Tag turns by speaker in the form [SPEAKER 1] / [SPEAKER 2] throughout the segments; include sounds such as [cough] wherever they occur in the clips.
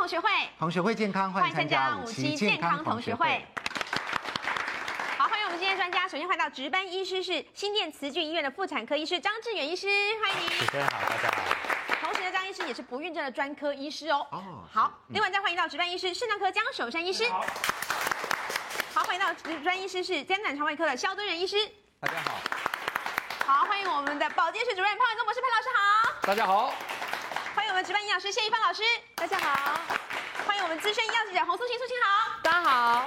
[SPEAKER 1] 同学会健康，欢
[SPEAKER 2] 欢
[SPEAKER 1] 迎
[SPEAKER 2] 迎
[SPEAKER 1] 参
[SPEAKER 2] 参
[SPEAKER 1] 加
[SPEAKER 2] 加
[SPEAKER 1] 五
[SPEAKER 2] 五
[SPEAKER 1] 期
[SPEAKER 2] 期
[SPEAKER 1] 健
[SPEAKER 2] 健
[SPEAKER 1] 康
[SPEAKER 2] 康
[SPEAKER 1] 同
[SPEAKER 2] 同
[SPEAKER 1] 学
[SPEAKER 2] 学
[SPEAKER 1] 会
[SPEAKER 2] 会。。好，欢迎我们今天的专家。首先换到值班医师是新店慈济医院的妇产科医师张志远医师，欢迎您。
[SPEAKER 3] 主持人好，大家好。
[SPEAKER 2] 同时呢，张医师也是不孕症的专科医师哦。
[SPEAKER 1] 哦
[SPEAKER 2] 好，另外再欢迎到值班医师肾脏科江守山医师。好，欢迎到值班医师是肝胆肠胃科的肖敦仁医师。
[SPEAKER 3] 大家好，
[SPEAKER 2] 好，欢迎我们的保健室主任潘伟宗博士潘老师好，
[SPEAKER 3] 大家好。
[SPEAKER 2] 欢迎我们值班营养师谢一芳老师，大家好，欢迎我们资深医药记者洪素琴素琴好，大家好。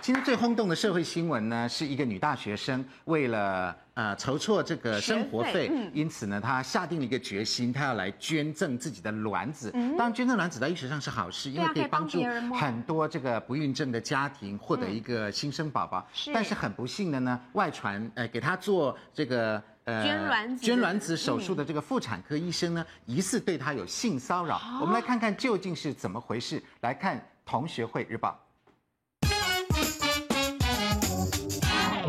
[SPEAKER 1] 今天最轰动的社会新闻呢，是一个女大学生为了呃筹措这个生活费，
[SPEAKER 2] 学费嗯
[SPEAKER 1] 因此呢，她下定了一个决心，她要来捐赠自己的卵子。当然，捐赠卵子在医学上是好事，因为
[SPEAKER 2] 嗯对啊
[SPEAKER 1] 可
[SPEAKER 2] 可
[SPEAKER 1] 以
[SPEAKER 2] 以帮
[SPEAKER 1] 帮助
[SPEAKER 2] 别人嘛
[SPEAKER 1] 很多这个不孕症的家庭获得一个新生宝宝。
[SPEAKER 2] 是
[SPEAKER 1] 但是很不幸的呢，外传呃给她做这个。呃
[SPEAKER 2] 嗯捐卵子嗯
[SPEAKER 1] 捐卵子手术的这个妇产科医生呢，疑似对她有性骚扰。
[SPEAKER 2] 哦
[SPEAKER 1] 我们来看看究竟是怎么回事。来看《同学会日报》。
[SPEAKER 2] 好，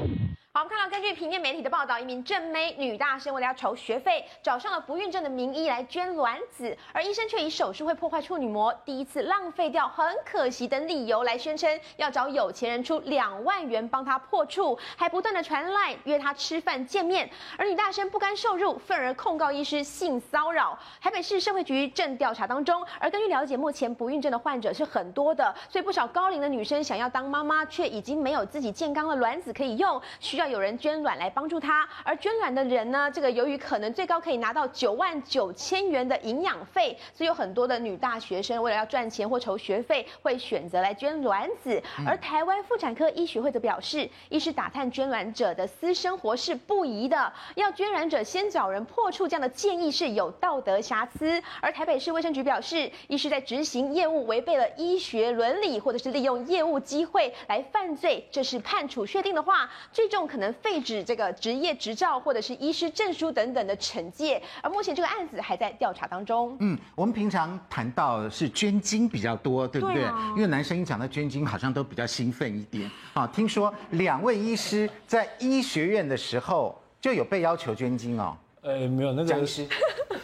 [SPEAKER 2] 我们看到根据平面媒体的报道，一名正妹女大生为了要筹学费，找上了不孕症的名医来捐卵子，而医生却以手术会破坏处女膜，第一次浪费掉，很可惜等理由来宣称要找有钱人出两万元帮她破处，还不断的传赖约她吃饭见面，而女大生不甘受辱，愤而控告医师性骚扰。台北市社会局正调查当中，而根据了解，目前不孕症的患者是很多的，所以不少高龄的女生想要当妈妈，却已经没有自己健康的卵子可以用，需要有人捐卵来帮助她。而捐卵的人呢，这个由于可能最高可以拿到九万九千元的营养费，所以有很多的女大学生为了要赚钱或筹学费，会选择来捐卵子。而台湾妇产科医学会则表示，医师打探捐卵者的私生活是不宜的，要捐卵者先找人破处这样的建议是有道德瑕疵。而台北市卫生局表示，医师在执行业务违背了医学伦理，或者是利用业务机会来犯罪，这是判处确定的话，最重可能废止这个职业执照或者是医师证书等等的惩戒。而目前这个案子还在调查当中。
[SPEAKER 1] 嗯，我们平常谈到是捐精比较多，对不对？
[SPEAKER 2] 对啊
[SPEAKER 1] 因为男生一讲到捐精，好像都比较兴奋一点。啊，听说两位医师在医学院的时候就有被要求捐精哦。
[SPEAKER 4] 呃，没有那
[SPEAKER 1] 讲
[SPEAKER 4] 个 [laughs]
[SPEAKER 1] 师，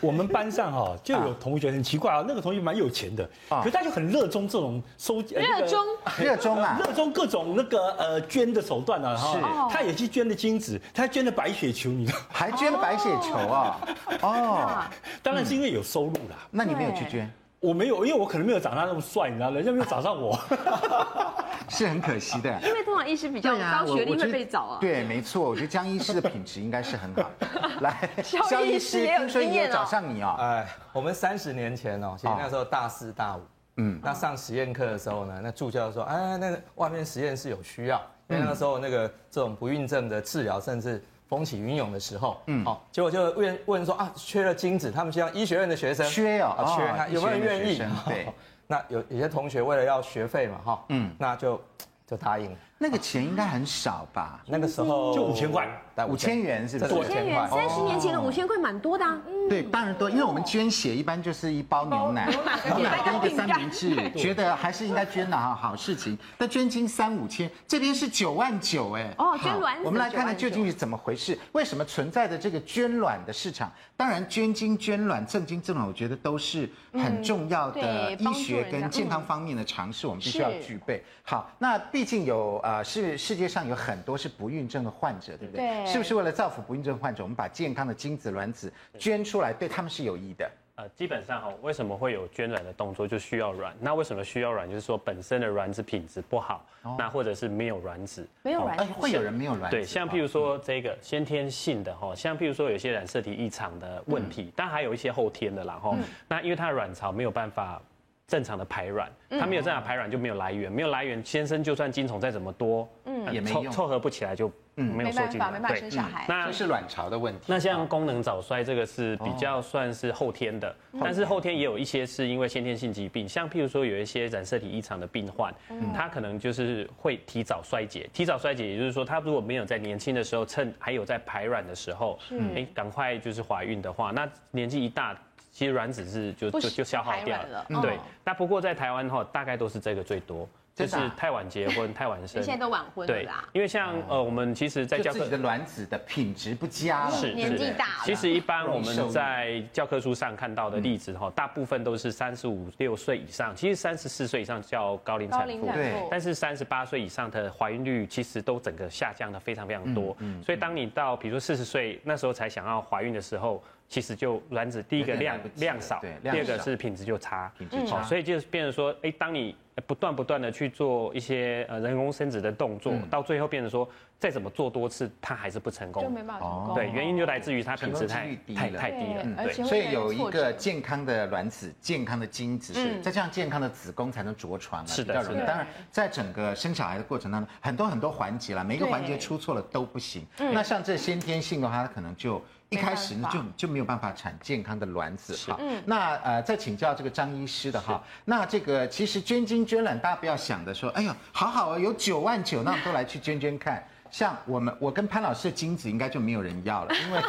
[SPEAKER 4] 我们班上哈、
[SPEAKER 5] 啊
[SPEAKER 4] 就有同学很奇怪啊，那个同学蛮有钱的，
[SPEAKER 1] 啊
[SPEAKER 4] 可是他就很热衷这种收集，呃那
[SPEAKER 2] 热
[SPEAKER 4] 个
[SPEAKER 2] 衷
[SPEAKER 1] 热衷啊
[SPEAKER 4] 热衷各种那个呃捐的手段啊，
[SPEAKER 1] 是
[SPEAKER 2] 哦
[SPEAKER 4] 哈，他也去捐了精子，他捐了白血球，你知道， [laughs]
[SPEAKER 1] 还捐白血球啊、哦，
[SPEAKER 2] 啊
[SPEAKER 4] 当然是因为有收入啦。
[SPEAKER 1] 那你没有去捐，
[SPEAKER 4] 我没有，因为我可能没有长他那么帅，你知道，人家没有找上我。
[SPEAKER 1] 是很可惜
[SPEAKER 2] 啊
[SPEAKER 1] 的。
[SPEAKER 6] 因为通常医师比较
[SPEAKER 1] 对啊，
[SPEAKER 6] 高
[SPEAKER 1] 我
[SPEAKER 6] 学历
[SPEAKER 1] 我觉
[SPEAKER 6] 会
[SPEAKER 1] 得
[SPEAKER 6] 被找啊。
[SPEAKER 1] 对，没错，我觉得江医师的品质应该是
[SPEAKER 2] [laughs]
[SPEAKER 1] 很好的。来，
[SPEAKER 2] 肖医师也有
[SPEAKER 1] 听说
[SPEAKER 2] 经
[SPEAKER 1] 也
[SPEAKER 2] 验
[SPEAKER 1] 有
[SPEAKER 2] 哦
[SPEAKER 1] 找上你哦。
[SPEAKER 5] 哎，我们三十年前哦，其实
[SPEAKER 1] 哦
[SPEAKER 5] 那时候大四大五，
[SPEAKER 1] 嗯
[SPEAKER 5] 嗯，那上实验课的时候呢，那助教说，哎，那个外面实验室有需要，因为那时候那个这种不孕症的治疗，甚至风起云涌的时候，嗯，哦，结果就问问说啊，缺了精子，他们希望医学院的学生
[SPEAKER 1] 缺哦
[SPEAKER 5] 啊缺
[SPEAKER 1] 哦
[SPEAKER 5] 那有没有
[SPEAKER 1] 医学
[SPEAKER 5] 人
[SPEAKER 1] 院的
[SPEAKER 5] 愿
[SPEAKER 1] 学
[SPEAKER 5] 意
[SPEAKER 1] 生？对
[SPEAKER 5] 哦 [laughs] 那有有些同学为了要学费嘛，哈，
[SPEAKER 1] 嗯
[SPEAKER 5] 嗯，那就就答应了，
[SPEAKER 1] 那个钱应该很少吧？
[SPEAKER 5] 那个时候
[SPEAKER 4] 就5000块，
[SPEAKER 5] 大概
[SPEAKER 1] 五千元是不是？
[SPEAKER 5] 五千元
[SPEAKER 2] 三十年前的五千块蛮多的、啊，嗯，
[SPEAKER 1] 对，当然多，因为我们捐血一般就是一包牛奶，
[SPEAKER 6] 牛奶跟
[SPEAKER 1] 牛奶
[SPEAKER 6] 饼
[SPEAKER 1] 跟
[SPEAKER 6] 干
[SPEAKER 1] 一个三明治，觉得还是应该捐的哈，好事情。但捐金三五千，这边是九万九哎。
[SPEAKER 2] 哦捐卵
[SPEAKER 1] 好
[SPEAKER 2] 子
[SPEAKER 1] 我们来看
[SPEAKER 2] 9
[SPEAKER 1] 看
[SPEAKER 2] 万9
[SPEAKER 1] 究竟是怎么回事，为什么存在的这个捐卵的市场？当然，捐精、捐卵、赠精、赠卵，我觉得都是很重要的
[SPEAKER 2] 嗯对
[SPEAKER 1] 医学
[SPEAKER 2] 帮助人
[SPEAKER 1] 跟
[SPEAKER 2] 家
[SPEAKER 1] 健康方面的尝试，我们必须要
[SPEAKER 2] 是
[SPEAKER 1] 具备。好，那毕竟有呃，世世界上有很多是不孕症的患者，对不对？
[SPEAKER 2] 对
[SPEAKER 1] 是不是为了造福不孕症患者，我们把健康的精子、卵子捐出来，对他们是有益的？
[SPEAKER 7] 呃，基本上哦，为什么会有捐卵的动作就需要卵？那为什么需要卵？就是说本身的卵子品质不好，
[SPEAKER 1] 哦
[SPEAKER 7] 那或者是没有卵子。哦
[SPEAKER 2] 没有卵
[SPEAKER 1] 哎，会有人没有卵子吗？
[SPEAKER 7] 对，像譬如说这个先天性的哈，像譬如说有些染色体异常的问
[SPEAKER 1] 嗯
[SPEAKER 7] 题，但还有一些后天的啦哈。
[SPEAKER 2] 嗯
[SPEAKER 7] 那因为它的卵巢没有办法正常的排卵，
[SPEAKER 2] 嗯
[SPEAKER 7] 它没有正常排卵就没有来源，没有来源，先生就算精虫再怎么多，嗯，
[SPEAKER 1] 也没
[SPEAKER 7] 凑
[SPEAKER 1] 用嗯
[SPEAKER 7] 凑合不起来就没有受精
[SPEAKER 2] 没办法没办
[SPEAKER 7] 卵，
[SPEAKER 2] 法
[SPEAKER 7] 对
[SPEAKER 2] 生小孩
[SPEAKER 7] 那
[SPEAKER 1] 这是卵巢的问题。
[SPEAKER 7] 那像功能早衰这个是比较算是后天的，
[SPEAKER 2] 嗯
[SPEAKER 7] 但是后天也有一些是因为先天性疾病，像譬如说有一些染色体异常的病患，
[SPEAKER 2] 嗯
[SPEAKER 7] 他可能就是会提早衰竭。提早衰竭，也就是说他如果没有在年轻的时候，趁还有在排卵的时候，哎，赶快就是怀孕的话，那年纪一大。其实卵子是就
[SPEAKER 2] 不
[SPEAKER 7] 就就消耗掉
[SPEAKER 2] 排卵了
[SPEAKER 7] 对
[SPEAKER 1] 嗯
[SPEAKER 2] 哦。
[SPEAKER 7] 那不过在台湾哈，大概都是这个最多。
[SPEAKER 1] 真
[SPEAKER 7] 就是
[SPEAKER 1] 的啊
[SPEAKER 7] 太晚结婚、太晚
[SPEAKER 2] 你
[SPEAKER 7] 生
[SPEAKER 2] 现。在都晚婚了啊
[SPEAKER 7] 对
[SPEAKER 2] 啦，，
[SPEAKER 7] 因为像呃，我们其实，在
[SPEAKER 1] 就
[SPEAKER 7] 教
[SPEAKER 1] 自
[SPEAKER 7] 科
[SPEAKER 1] 己的卵子的品质不佳了，
[SPEAKER 7] 是是
[SPEAKER 2] 年纪大了
[SPEAKER 7] 其实一般我
[SPEAKER 1] 容易受
[SPEAKER 7] 们
[SPEAKER 1] 益
[SPEAKER 7] 在教科书上看到的例子哈，
[SPEAKER 2] 嗯
[SPEAKER 7] 大部分都是三十五六岁以上，其实三十四岁以上叫高龄
[SPEAKER 2] 高
[SPEAKER 7] 产
[SPEAKER 2] 龄
[SPEAKER 7] 妇
[SPEAKER 2] 产。
[SPEAKER 1] 对
[SPEAKER 2] 妇
[SPEAKER 7] 但。是三十八岁以上的怀孕率其实都整个下降的非常非常多，
[SPEAKER 1] 嗯
[SPEAKER 7] 所以当你到比如说四十岁那时候才想要怀孕的时候，其实就卵子第一个
[SPEAKER 1] 有点
[SPEAKER 7] 量
[SPEAKER 1] 来不及了
[SPEAKER 7] 量少
[SPEAKER 1] 对，
[SPEAKER 7] 第
[SPEAKER 1] 量
[SPEAKER 7] 二个
[SPEAKER 1] 少
[SPEAKER 7] 是品质就差，
[SPEAKER 1] 品质差
[SPEAKER 7] 好所以就是变成说，哎，当你不断不断的去做一些呃人工生殖的动作，
[SPEAKER 1] 嗯
[SPEAKER 7] 到最后变成说再怎么做多次，它还是不成
[SPEAKER 2] 就
[SPEAKER 7] 功
[SPEAKER 2] 没。办法成功。
[SPEAKER 7] 哦对，原因就来自于它
[SPEAKER 1] 成
[SPEAKER 7] 品
[SPEAKER 1] 功
[SPEAKER 7] 质
[SPEAKER 1] 几
[SPEAKER 7] 太
[SPEAKER 1] 率低
[SPEAKER 7] 太
[SPEAKER 1] 了
[SPEAKER 7] 太低了
[SPEAKER 2] 哦对。而
[SPEAKER 7] 对
[SPEAKER 2] 且会
[SPEAKER 1] 所
[SPEAKER 2] 越
[SPEAKER 1] 以
[SPEAKER 2] 来越
[SPEAKER 1] 有一
[SPEAKER 2] 挫
[SPEAKER 1] 个
[SPEAKER 2] 折
[SPEAKER 1] 健康的卵子、健康的精子，是
[SPEAKER 2] 嗯
[SPEAKER 1] 在这样健康的子宫才能着床啊，
[SPEAKER 7] 是的
[SPEAKER 1] 比较容易
[SPEAKER 7] 是。的
[SPEAKER 1] 当然，在整个生小孩的过程当中，很多很多环节啦，每一个环节
[SPEAKER 2] 对
[SPEAKER 1] 出错了都不行。那像这先天性的话，它可能就一开始
[SPEAKER 2] 嗯没
[SPEAKER 1] 呢
[SPEAKER 2] 办法嗯
[SPEAKER 1] 就就没有办法产健康的卵子
[SPEAKER 7] 是
[SPEAKER 1] 哈。那呃，再请教这个张医师的哈，那这个其实捐精捐卵，大家不要想的说，哎呦，好好哦，有九万九，那我们都来去捐捐看。像我们，我跟潘老师的精子应该就没有人要了，因为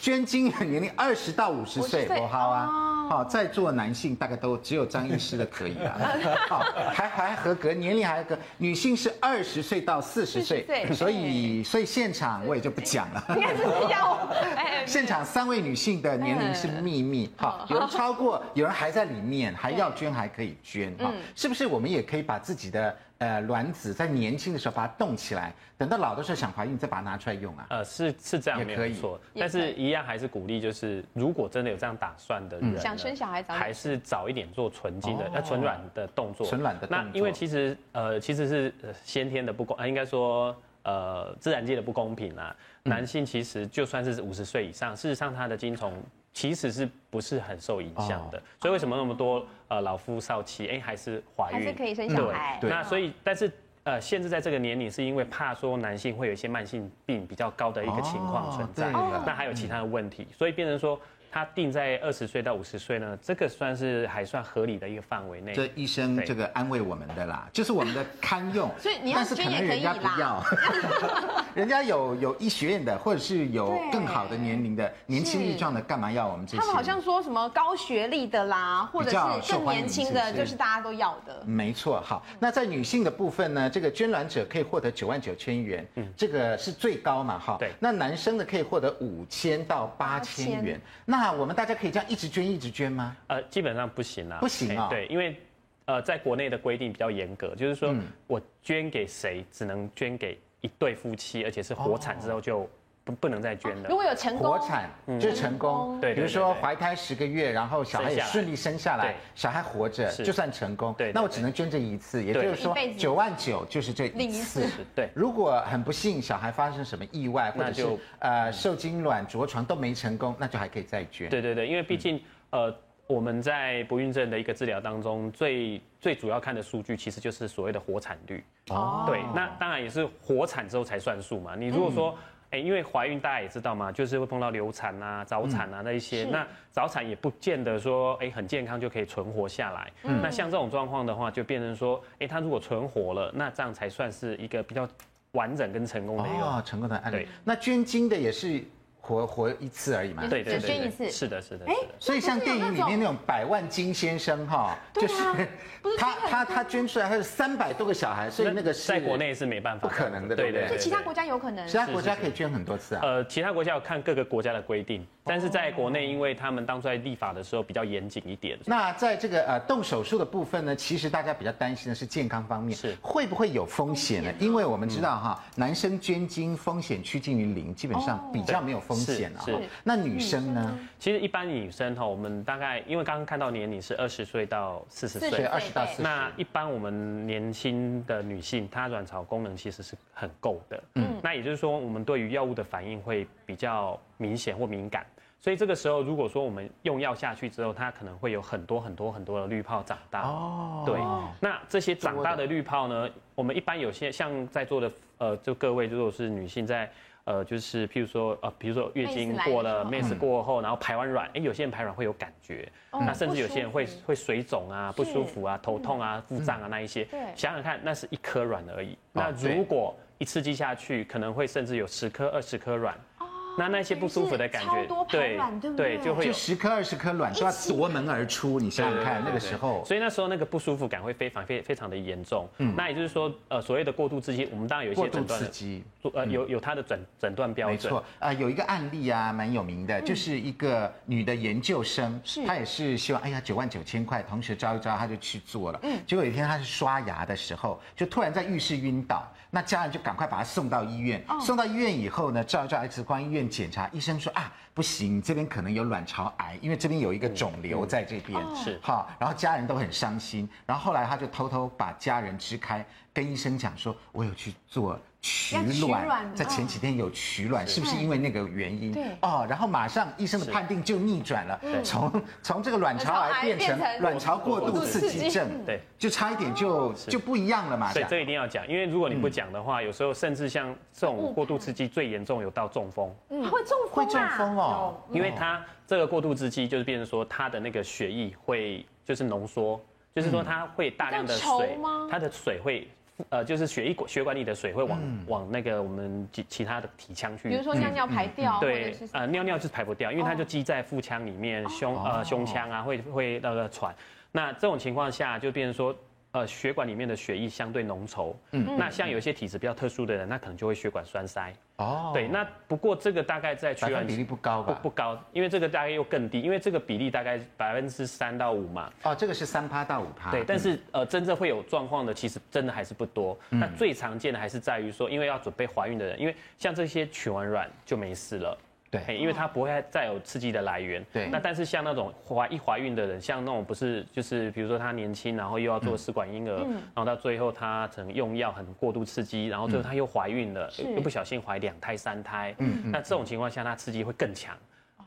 [SPEAKER 1] 捐精的年龄二十到五十岁，
[SPEAKER 2] 50岁
[SPEAKER 1] 不好啊。
[SPEAKER 2] 哦
[SPEAKER 1] 好、在座的男性大概都只有张医师的可以啊，好、还还合格，年龄还合格。女性是二十岁到四十岁
[SPEAKER 2] 40岁，
[SPEAKER 1] 所以所以现场我也就不讲了。
[SPEAKER 2] 应该是要
[SPEAKER 7] [laughs]
[SPEAKER 2] 哎，
[SPEAKER 1] 现场三位女性的年龄是秘密，哈、有人超过，有人还在里面，还要捐还可以捐，哈、是不是我们也可以把自己的呃卵子在年轻的时候把它冻起来，等到老的时候想怀孕再把它拿出来用啊？
[SPEAKER 7] 呃，是是这样
[SPEAKER 1] 也
[SPEAKER 7] 没
[SPEAKER 1] 可以
[SPEAKER 7] 有错，
[SPEAKER 2] 也
[SPEAKER 7] 但
[SPEAKER 2] 可
[SPEAKER 7] 是
[SPEAKER 2] 以
[SPEAKER 7] 一样还是鼓励，就是如果真的有这样打算的人呢，
[SPEAKER 2] 想生小孩早点
[SPEAKER 7] 还是早一点做纯精的
[SPEAKER 1] 嗯哦
[SPEAKER 7] 呃纯卵的动作。
[SPEAKER 1] 纯卵的动作
[SPEAKER 7] 那因为其实呃其实是呃先天的不公，呃应该说呃自然界的不公平啊。
[SPEAKER 1] 嗯
[SPEAKER 7] 男性其实就算是五十岁以上，事实上他的精虫其实是不是很受影响
[SPEAKER 1] 哦
[SPEAKER 7] 的。所以为什么那么多呃老夫少妻哎还是怀
[SPEAKER 2] 还
[SPEAKER 7] 孕？
[SPEAKER 2] 是可以生小
[SPEAKER 7] 对
[SPEAKER 2] 孩。
[SPEAKER 1] 嗯对
[SPEAKER 7] 那所以，但是呃，限制在这个年龄，是因为怕说男性会有一些慢性病比较高的一个情况存在，
[SPEAKER 1] 哦对了
[SPEAKER 7] 那还有其他的问题，所以变成说。他定在二十岁到五十岁呢，这个算是还算合理的一个范围内。
[SPEAKER 1] 这医生
[SPEAKER 7] 哎对
[SPEAKER 1] 这个安慰我们的啦， [laughs] 就是我们的堪用，
[SPEAKER 2] [laughs] 所以你要
[SPEAKER 1] 但是可
[SPEAKER 2] 捐也
[SPEAKER 1] 能
[SPEAKER 2] 可
[SPEAKER 1] 人
[SPEAKER 2] 以
[SPEAKER 1] 家不
[SPEAKER 2] 啦
[SPEAKER 1] 要， [laughs] 人家有有医学院的，或者是有
[SPEAKER 2] [laughs] 对
[SPEAKER 1] 更好的年龄的，年轻力壮的，干嘛要我们这些？
[SPEAKER 2] 他们好像说什么高学历的啦，或者是更年轻的，就是大家都要的。
[SPEAKER 1] 没错，好，那在女性的部分呢，这个捐卵者可以获得九万九千元，这个是最高嘛，哈。
[SPEAKER 7] 嗯对
[SPEAKER 1] 那男生呢可以获得五千到八千元。那我们大家可以这样一直捐一直捐吗？
[SPEAKER 7] 呃，基本上不行啊，
[SPEAKER 1] 不行啊
[SPEAKER 7] 哎对，因为呃，在国内的规定比较严格，就是说
[SPEAKER 1] 嗯
[SPEAKER 7] 我捐给谁，只能捐给一对夫妻，而且是活产之后就不不能再捐了
[SPEAKER 2] 如。果有成功，
[SPEAKER 1] 活产
[SPEAKER 2] 嗯
[SPEAKER 1] 就是成功，
[SPEAKER 7] 对对对
[SPEAKER 1] 比如说
[SPEAKER 7] 对
[SPEAKER 1] 怀胎十个月，然后小孩也
[SPEAKER 7] 生下来
[SPEAKER 1] 顺利生下来
[SPEAKER 7] 对，
[SPEAKER 1] 小孩活着
[SPEAKER 7] 是
[SPEAKER 1] 就算成功。
[SPEAKER 7] 对对
[SPEAKER 1] 那我只能捐这一次，也就是说
[SPEAKER 2] 一辈子
[SPEAKER 1] 九万九就是这
[SPEAKER 2] 领
[SPEAKER 1] 一
[SPEAKER 2] 一
[SPEAKER 1] 次
[SPEAKER 2] 次。
[SPEAKER 7] 对，
[SPEAKER 1] 如果很不幸小孩发生什么意外，或者
[SPEAKER 7] 那
[SPEAKER 1] 是
[SPEAKER 7] 就嗯
[SPEAKER 1] 呃受精卵着床都没成功，那就还可以再捐。
[SPEAKER 7] 对对对，因为毕
[SPEAKER 1] 嗯
[SPEAKER 7] 竟、呃，我们在不孕症的一个治疗当中，最最主要看的数据其实就是所谓的活产率。
[SPEAKER 1] 哦
[SPEAKER 7] 对，那当然也是活产之后才算数嘛。你如果
[SPEAKER 1] 嗯
[SPEAKER 7] 说，哎、因为怀孕大家也知道嘛，就是会碰到流产啊、早产啊
[SPEAKER 1] 嗯
[SPEAKER 7] 那一些，
[SPEAKER 2] 是
[SPEAKER 7] 那早产也不见得说，哎、很健康就可以存活下来。
[SPEAKER 1] 嗯
[SPEAKER 7] 那像这种状况的话，就变成说，哎、他如果存活了，那这样才算是一个比较完整跟成功的一个。
[SPEAKER 1] 哦，成功的案例
[SPEAKER 7] 对。
[SPEAKER 1] 那捐精的也是活活一次而已嘛。
[SPEAKER 7] 对对
[SPEAKER 2] 只
[SPEAKER 7] 对
[SPEAKER 2] 捐一
[SPEAKER 7] 对，
[SPEAKER 2] 次
[SPEAKER 7] 是的，是的，是
[SPEAKER 2] 哎
[SPEAKER 7] 的。
[SPEAKER 1] 所以像电影里面那种百万金先生哈，
[SPEAKER 2] 对啊不是捐很多
[SPEAKER 1] 他他他捐出来他是三百多个小孩，所以那个是
[SPEAKER 7] 在国内是没办法
[SPEAKER 1] 不可能的对
[SPEAKER 7] 对对
[SPEAKER 1] 不对
[SPEAKER 2] 所
[SPEAKER 7] 对。
[SPEAKER 2] 以其他国家有可能
[SPEAKER 1] 其。
[SPEAKER 7] 啊
[SPEAKER 1] 他国家可以捐很多次啊。
[SPEAKER 7] 呃，其他国家要看各个国家的规定，但是在国内，因为他们当初在立法的时候比较严谨一点，
[SPEAKER 1] 那在这个呃动手术的部分呢，其实大家比较担心的是健康方面，
[SPEAKER 7] 是嗯
[SPEAKER 1] 会不会有风险啊呢？因为我们知道哈，男生捐精风险趋近于零，基本上比较没有风险啊
[SPEAKER 7] 是。是
[SPEAKER 1] 那哦女生呢？
[SPEAKER 7] 其实一般女生哈，我们大概因为刚刚看到年龄是二十岁到四十
[SPEAKER 2] 40
[SPEAKER 1] 对，
[SPEAKER 7] 岁
[SPEAKER 2] 岁，
[SPEAKER 1] 二十到四十。
[SPEAKER 7] 那一般我们年轻的女性，她卵巢功能其实是很够的，嗯，那也就是说，我们对于药物的反应会比较明显或敏感。所以这个时候，如果说我们用药下去之后，它可能会有很多很多很多的滤泡长大。
[SPEAKER 1] 哦
[SPEAKER 7] 对，那这些长大的滤泡呢，我们一般有些像在座的呃，就各位如果是女性在。呃，就是譬如说，呃，比如说月经过了，
[SPEAKER 2] 妹
[SPEAKER 7] 妹
[SPEAKER 2] 子
[SPEAKER 7] 子过后，然后排完卵，哎，有些人排卵会有感觉，那甚至有些人会
[SPEAKER 2] 不舒服
[SPEAKER 7] 会水肿啊、不舒服啊、头痛啊、腹胀啊那一些
[SPEAKER 2] 嗯对，
[SPEAKER 7] 想想看，那是一颗卵而已。那
[SPEAKER 1] 哦对
[SPEAKER 7] 如果一刺激下去，可能会甚至有十颗、二十颗卵。那那些不舒服的感
[SPEAKER 2] 等于哦是
[SPEAKER 7] 觉
[SPEAKER 2] 超多，排卵对不对
[SPEAKER 7] 就会
[SPEAKER 1] 就
[SPEAKER 7] 有。
[SPEAKER 1] 十颗二十颗卵都要夺门而出，你想想看那个时候。
[SPEAKER 7] 所以那时候那个不舒服感会非常非非常的严重。那也就是说，呃，所谓的过度刺激，我们当然有
[SPEAKER 1] 嗯
[SPEAKER 7] 一
[SPEAKER 1] 过
[SPEAKER 7] 些
[SPEAKER 1] 度
[SPEAKER 7] 诊断
[SPEAKER 1] 刺
[SPEAKER 7] 的，
[SPEAKER 1] 激，嗯
[SPEAKER 7] 呃，有有它的诊诊断标
[SPEAKER 1] 没
[SPEAKER 7] 准
[SPEAKER 1] 错。啊、有一个案例啊，蛮有名的，就是一个女的研究生，
[SPEAKER 2] 嗯是
[SPEAKER 1] 她也是希望，哎呀，九万九千块，同学招一招，她就去做了。嗯，结果有一天她是刷牙的时候，就突然在浴室晕倒，那家人就赶快把她送到医院。
[SPEAKER 2] 哦
[SPEAKER 1] 送到医院以后呢，照一照 X 光，医院检查，医生说啊，不行，这边可能有卵巢癌，因为这边有一个肿
[SPEAKER 2] 嗯
[SPEAKER 1] 瘤在这边。
[SPEAKER 7] 是
[SPEAKER 1] 好，然后家人都很伤心，然后后来他就偷偷把家人支开，跟医生讲说，我有去做取
[SPEAKER 2] 要取
[SPEAKER 1] 卵，
[SPEAKER 2] 卵
[SPEAKER 1] 在前
[SPEAKER 2] 哦
[SPEAKER 1] 几天有取卵，是不是因为那个原因？
[SPEAKER 2] 对
[SPEAKER 1] 哦，然后马上医生的判定就逆转了，从从这个卵巢癌变成
[SPEAKER 2] 卵巢癌变成
[SPEAKER 1] 卵巢过
[SPEAKER 2] 过
[SPEAKER 1] 度
[SPEAKER 2] 度
[SPEAKER 1] 刺
[SPEAKER 2] 刺
[SPEAKER 1] 激
[SPEAKER 2] 激
[SPEAKER 1] 症，
[SPEAKER 7] 对，
[SPEAKER 1] 就差一点就就不一样了嘛。
[SPEAKER 7] 对，
[SPEAKER 1] 这样
[SPEAKER 7] 这一定要讲，因为如果你
[SPEAKER 1] 嗯
[SPEAKER 7] 不讲的话，有时候甚至像这种过度刺激最严重有到中风，
[SPEAKER 2] 嗯会中
[SPEAKER 1] 会
[SPEAKER 2] 风
[SPEAKER 1] 中
[SPEAKER 2] 啊，
[SPEAKER 1] 风哦，
[SPEAKER 7] 因为它这个过度刺激就是变成说它的那个血液会就是浓缩，就是说它会大量的
[SPEAKER 2] 比较稠
[SPEAKER 7] 水
[SPEAKER 2] 吗，
[SPEAKER 7] 它的水会。呃，就是血液管血管里的水会往、往那个我们其其他的体腔去
[SPEAKER 2] 比如说尿尿排掉，或者
[SPEAKER 7] 对
[SPEAKER 2] 是，
[SPEAKER 7] 呃，尿尿就是排不掉，因为它就积在腹腔里面、胸
[SPEAKER 1] 哦
[SPEAKER 7] 呃胸腔啊，会会那个喘。那这种情况下，就变成说，呃，血管里面的血液相对浓稠。嗯，那像有一些体质比较特殊的人，那可能就会血管栓塞。
[SPEAKER 1] 哦，
[SPEAKER 7] 对，那不过这个大概在取
[SPEAKER 1] 百
[SPEAKER 7] 卵
[SPEAKER 1] 分比例不高
[SPEAKER 7] 不
[SPEAKER 1] 吧
[SPEAKER 7] 不？高，因为这个大概又更低，因为这个比例大概百分之三到五嘛。
[SPEAKER 1] 哦，这个是三趴到五趴，
[SPEAKER 7] 对，但是呃，真正会有状况的，其实真的还是不多。那
[SPEAKER 1] 嗯
[SPEAKER 7] 最常见的还是在于说，因为要准备怀孕的人，因为像这些取完卵就没事了。
[SPEAKER 1] 对
[SPEAKER 7] 嘿因为它不会再有刺激的来源。
[SPEAKER 1] 对
[SPEAKER 7] 那但是像那种怀一怀孕的人，像那种不是就是比如说她年轻，然后又要
[SPEAKER 1] 嗯
[SPEAKER 7] 做试管婴儿，然后到最后她可能用药很过度刺激，然后
[SPEAKER 1] 嗯
[SPEAKER 7] 最后她又怀孕了，又不小心怀两胎三胎，
[SPEAKER 1] 嗯
[SPEAKER 7] 那这种情况下她刺激会更强，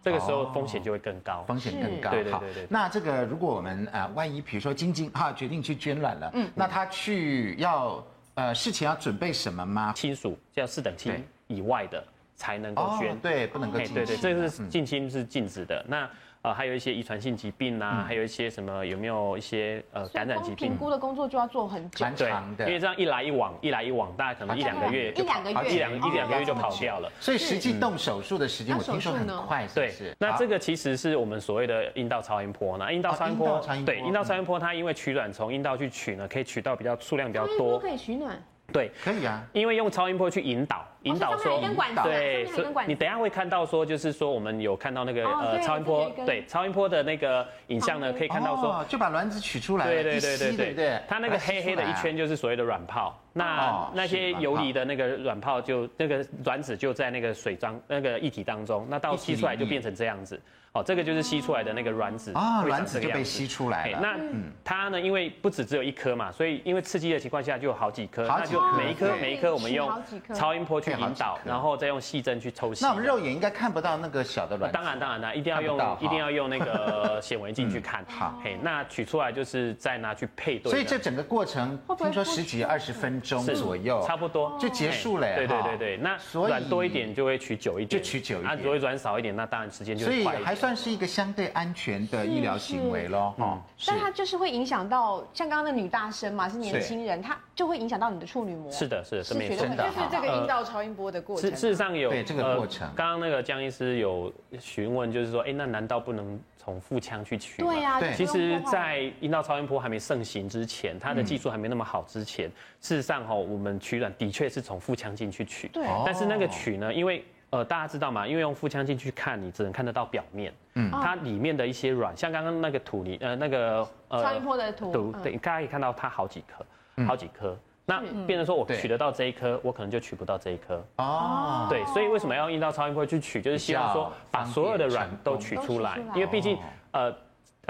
[SPEAKER 7] 这个时
[SPEAKER 1] 哦
[SPEAKER 7] 候风险就会更高。
[SPEAKER 1] 风险更高。
[SPEAKER 7] 是对对
[SPEAKER 1] 好
[SPEAKER 7] 对对
[SPEAKER 1] 那这个如果我们呃，万一比如说晶晶哈决定去捐卵了，嗯，那她去要呃事前要准备什么吗？
[SPEAKER 7] 亲属叫四等亲
[SPEAKER 1] 对哦
[SPEAKER 7] 以外的才能够捐。
[SPEAKER 1] 对，不能够
[SPEAKER 7] 哎，
[SPEAKER 1] 近
[SPEAKER 7] 对对，
[SPEAKER 1] 亲
[SPEAKER 7] 这个是近亲是禁止的。那呃，还有一些遗传性疾病啊，
[SPEAKER 1] 嗯
[SPEAKER 7] 还有一些什么有没有一些呃感染疾
[SPEAKER 2] 风
[SPEAKER 7] 病
[SPEAKER 2] 评？估的工作就要做很久，
[SPEAKER 1] 蛮
[SPEAKER 7] 对
[SPEAKER 1] 长，的
[SPEAKER 7] 因。为这样一来一往，一来一往，大概可能一两个月
[SPEAKER 2] 一
[SPEAKER 7] 就
[SPEAKER 2] 两个
[SPEAKER 7] 跑
[SPEAKER 2] 月，
[SPEAKER 7] 一两
[SPEAKER 1] 哦
[SPEAKER 7] 一两个月就跑掉了。
[SPEAKER 1] 所以实际动手术的时间，
[SPEAKER 2] 嗯
[SPEAKER 1] 我听说很
[SPEAKER 2] 那手术呢
[SPEAKER 1] 快，是不
[SPEAKER 7] 对
[SPEAKER 1] 是？，
[SPEAKER 7] 那这
[SPEAKER 1] 个
[SPEAKER 7] 个其实是我们所谓的阴道超音波。那阴道超
[SPEAKER 1] 哦
[SPEAKER 7] 音
[SPEAKER 1] 阴
[SPEAKER 7] 波
[SPEAKER 1] 道超音，波嗯
[SPEAKER 7] 对，阴道超音波它因为取卵从阴道去取呢，可以取到比较数量比较
[SPEAKER 2] 超音波
[SPEAKER 7] 多
[SPEAKER 2] 可。以取暖，
[SPEAKER 7] 对，
[SPEAKER 1] 可以啊，
[SPEAKER 7] 因为用超音波去引导，引导
[SPEAKER 2] 哦上面
[SPEAKER 7] 说
[SPEAKER 2] 还有一根管子啊，
[SPEAKER 7] 对，
[SPEAKER 2] 上面还有一
[SPEAKER 7] 所以
[SPEAKER 2] 根管
[SPEAKER 7] 你
[SPEAKER 2] 子，
[SPEAKER 7] 等一下会看到说，就是说我们有看到那个
[SPEAKER 2] 哦
[SPEAKER 7] 呃
[SPEAKER 2] 对
[SPEAKER 7] 超音
[SPEAKER 2] 这
[SPEAKER 7] 波
[SPEAKER 2] 边有一根，
[SPEAKER 7] 对超音波的那个影像呢，
[SPEAKER 2] 旁边
[SPEAKER 7] 可以看到说，
[SPEAKER 1] 哦就把卵子取出来了，
[SPEAKER 7] 对对对
[SPEAKER 1] 一哦吸
[SPEAKER 7] 对
[SPEAKER 1] 对不对？
[SPEAKER 7] 它那个黑黑的一圈就是所谓的卵泡，那
[SPEAKER 1] 哦
[SPEAKER 7] 那
[SPEAKER 1] 是
[SPEAKER 7] 些
[SPEAKER 1] 卵
[SPEAKER 7] 游
[SPEAKER 1] 泡
[SPEAKER 7] 离的那个卵泡就那个卵子就在那个水脏那个液体当中，那到
[SPEAKER 1] 液体
[SPEAKER 7] 吸出来
[SPEAKER 1] 里
[SPEAKER 7] 就
[SPEAKER 1] 面
[SPEAKER 7] 变成这样子。哦，这个就是吸出来的那个卵子
[SPEAKER 1] 啊，
[SPEAKER 7] 会长
[SPEAKER 1] 卵子
[SPEAKER 7] 这个
[SPEAKER 1] 就被
[SPEAKER 7] 样子
[SPEAKER 1] 吸出来
[SPEAKER 7] 哎
[SPEAKER 1] 了。
[SPEAKER 7] 那它呢？因为不止只有一颗嘛，所以因为刺激的情况下就有好几颗，
[SPEAKER 1] 好
[SPEAKER 7] 那
[SPEAKER 1] 几
[SPEAKER 7] 就
[SPEAKER 1] 颗
[SPEAKER 7] 每一颗
[SPEAKER 1] 对
[SPEAKER 7] 每一颗我们用
[SPEAKER 2] 好几颗
[SPEAKER 7] 超音波去
[SPEAKER 1] 对好
[SPEAKER 7] 引
[SPEAKER 1] 几
[SPEAKER 7] 导，
[SPEAKER 1] 颗
[SPEAKER 7] 然后再用细针去抽吸。
[SPEAKER 1] 那我们肉眼应该看不到那个小的卵子
[SPEAKER 7] 当然当然啦，一定要
[SPEAKER 1] 看不
[SPEAKER 7] 用
[SPEAKER 1] 到哈嗯
[SPEAKER 7] 一定要用那个显微镜去看。
[SPEAKER 1] 好
[SPEAKER 7] 嘿，那取出来就是再拿去配对的，
[SPEAKER 1] 所以这整个过程
[SPEAKER 2] 会不会
[SPEAKER 1] 听说十几二十分钟
[SPEAKER 7] 是
[SPEAKER 1] 左右，
[SPEAKER 7] 差不多
[SPEAKER 1] 就结束了
[SPEAKER 7] 嘿对对
[SPEAKER 1] 哈
[SPEAKER 7] 对对，那
[SPEAKER 1] 所以
[SPEAKER 7] 卵多一点就会取久一点，
[SPEAKER 1] 就取久一
[SPEAKER 7] 啊，
[SPEAKER 1] 点
[SPEAKER 7] 如果卵少一点，那当然时间就
[SPEAKER 1] 所
[SPEAKER 7] 会
[SPEAKER 1] 以
[SPEAKER 7] 快一
[SPEAKER 1] 还
[SPEAKER 7] 点。
[SPEAKER 1] 算是一个相对安全的医疗行为咯。哦，是
[SPEAKER 2] 但它就是会影响到像刚刚的女大生嘛，是年轻人，它就会影响到你的处女膜，
[SPEAKER 7] 是的，是的，是
[SPEAKER 2] 是
[SPEAKER 7] 没
[SPEAKER 2] 绝
[SPEAKER 7] 错
[SPEAKER 2] 对。会
[SPEAKER 1] 真的呃
[SPEAKER 3] 就是这个阴道超音波的过程
[SPEAKER 7] 事
[SPEAKER 3] 啊。
[SPEAKER 7] 事实上有
[SPEAKER 1] 对这个
[SPEAKER 7] 呃
[SPEAKER 1] 过程
[SPEAKER 7] 刚刚那个江医师有询问，就是说，哎，那难道不能从腹腔去取吗？
[SPEAKER 2] 对呀、
[SPEAKER 1] 对
[SPEAKER 2] 就
[SPEAKER 7] 其
[SPEAKER 2] 不用
[SPEAKER 7] 实，
[SPEAKER 2] 破坏
[SPEAKER 7] 在阴道超音波还没盛行之前，它的
[SPEAKER 1] 嗯
[SPEAKER 7] 技术还没那么好之前，事实上哈、我们取卵的确是从腹腔镜去取，
[SPEAKER 2] 对
[SPEAKER 1] 哦
[SPEAKER 7] 但嗯是那个取呢，因为呃大家知道嘛，因为用腹腔镜去看，你只能看得到表面，嗯，
[SPEAKER 2] 哦
[SPEAKER 7] 它里面的一些卵，像刚刚那个土泥，呃那个呃
[SPEAKER 2] 超音波的图
[SPEAKER 7] 土
[SPEAKER 2] 嗯
[SPEAKER 7] 对，大家可以看到它好几颗，好几颗。那
[SPEAKER 2] 嗯
[SPEAKER 7] 变成说我
[SPEAKER 1] 嗯对
[SPEAKER 7] 取得到这一颗，我可能就取不到这一颗。
[SPEAKER 1] 哦，
[SPEAKER 7] 对，所以为什么要阴道超音波去取，就是希望
[SPEAKER 1] 比
[SPEAKER 7] 说
[SPEAKER 1] 较
[SPEAKER 7] 把所有
[SPEAKER 1] 方
[SPEAKER 7] 的
[SPEAKER 1] 便
[SPEAKER 7] 卵
[SPEAKER 1] 成功
[SPEAKER 7] 都取出来
[SPEAKER 2] 都取出来，
[SPEAKER 7] 因为毕竟
[SPEAKER 1] 哦
[SPEAKER 7] 呃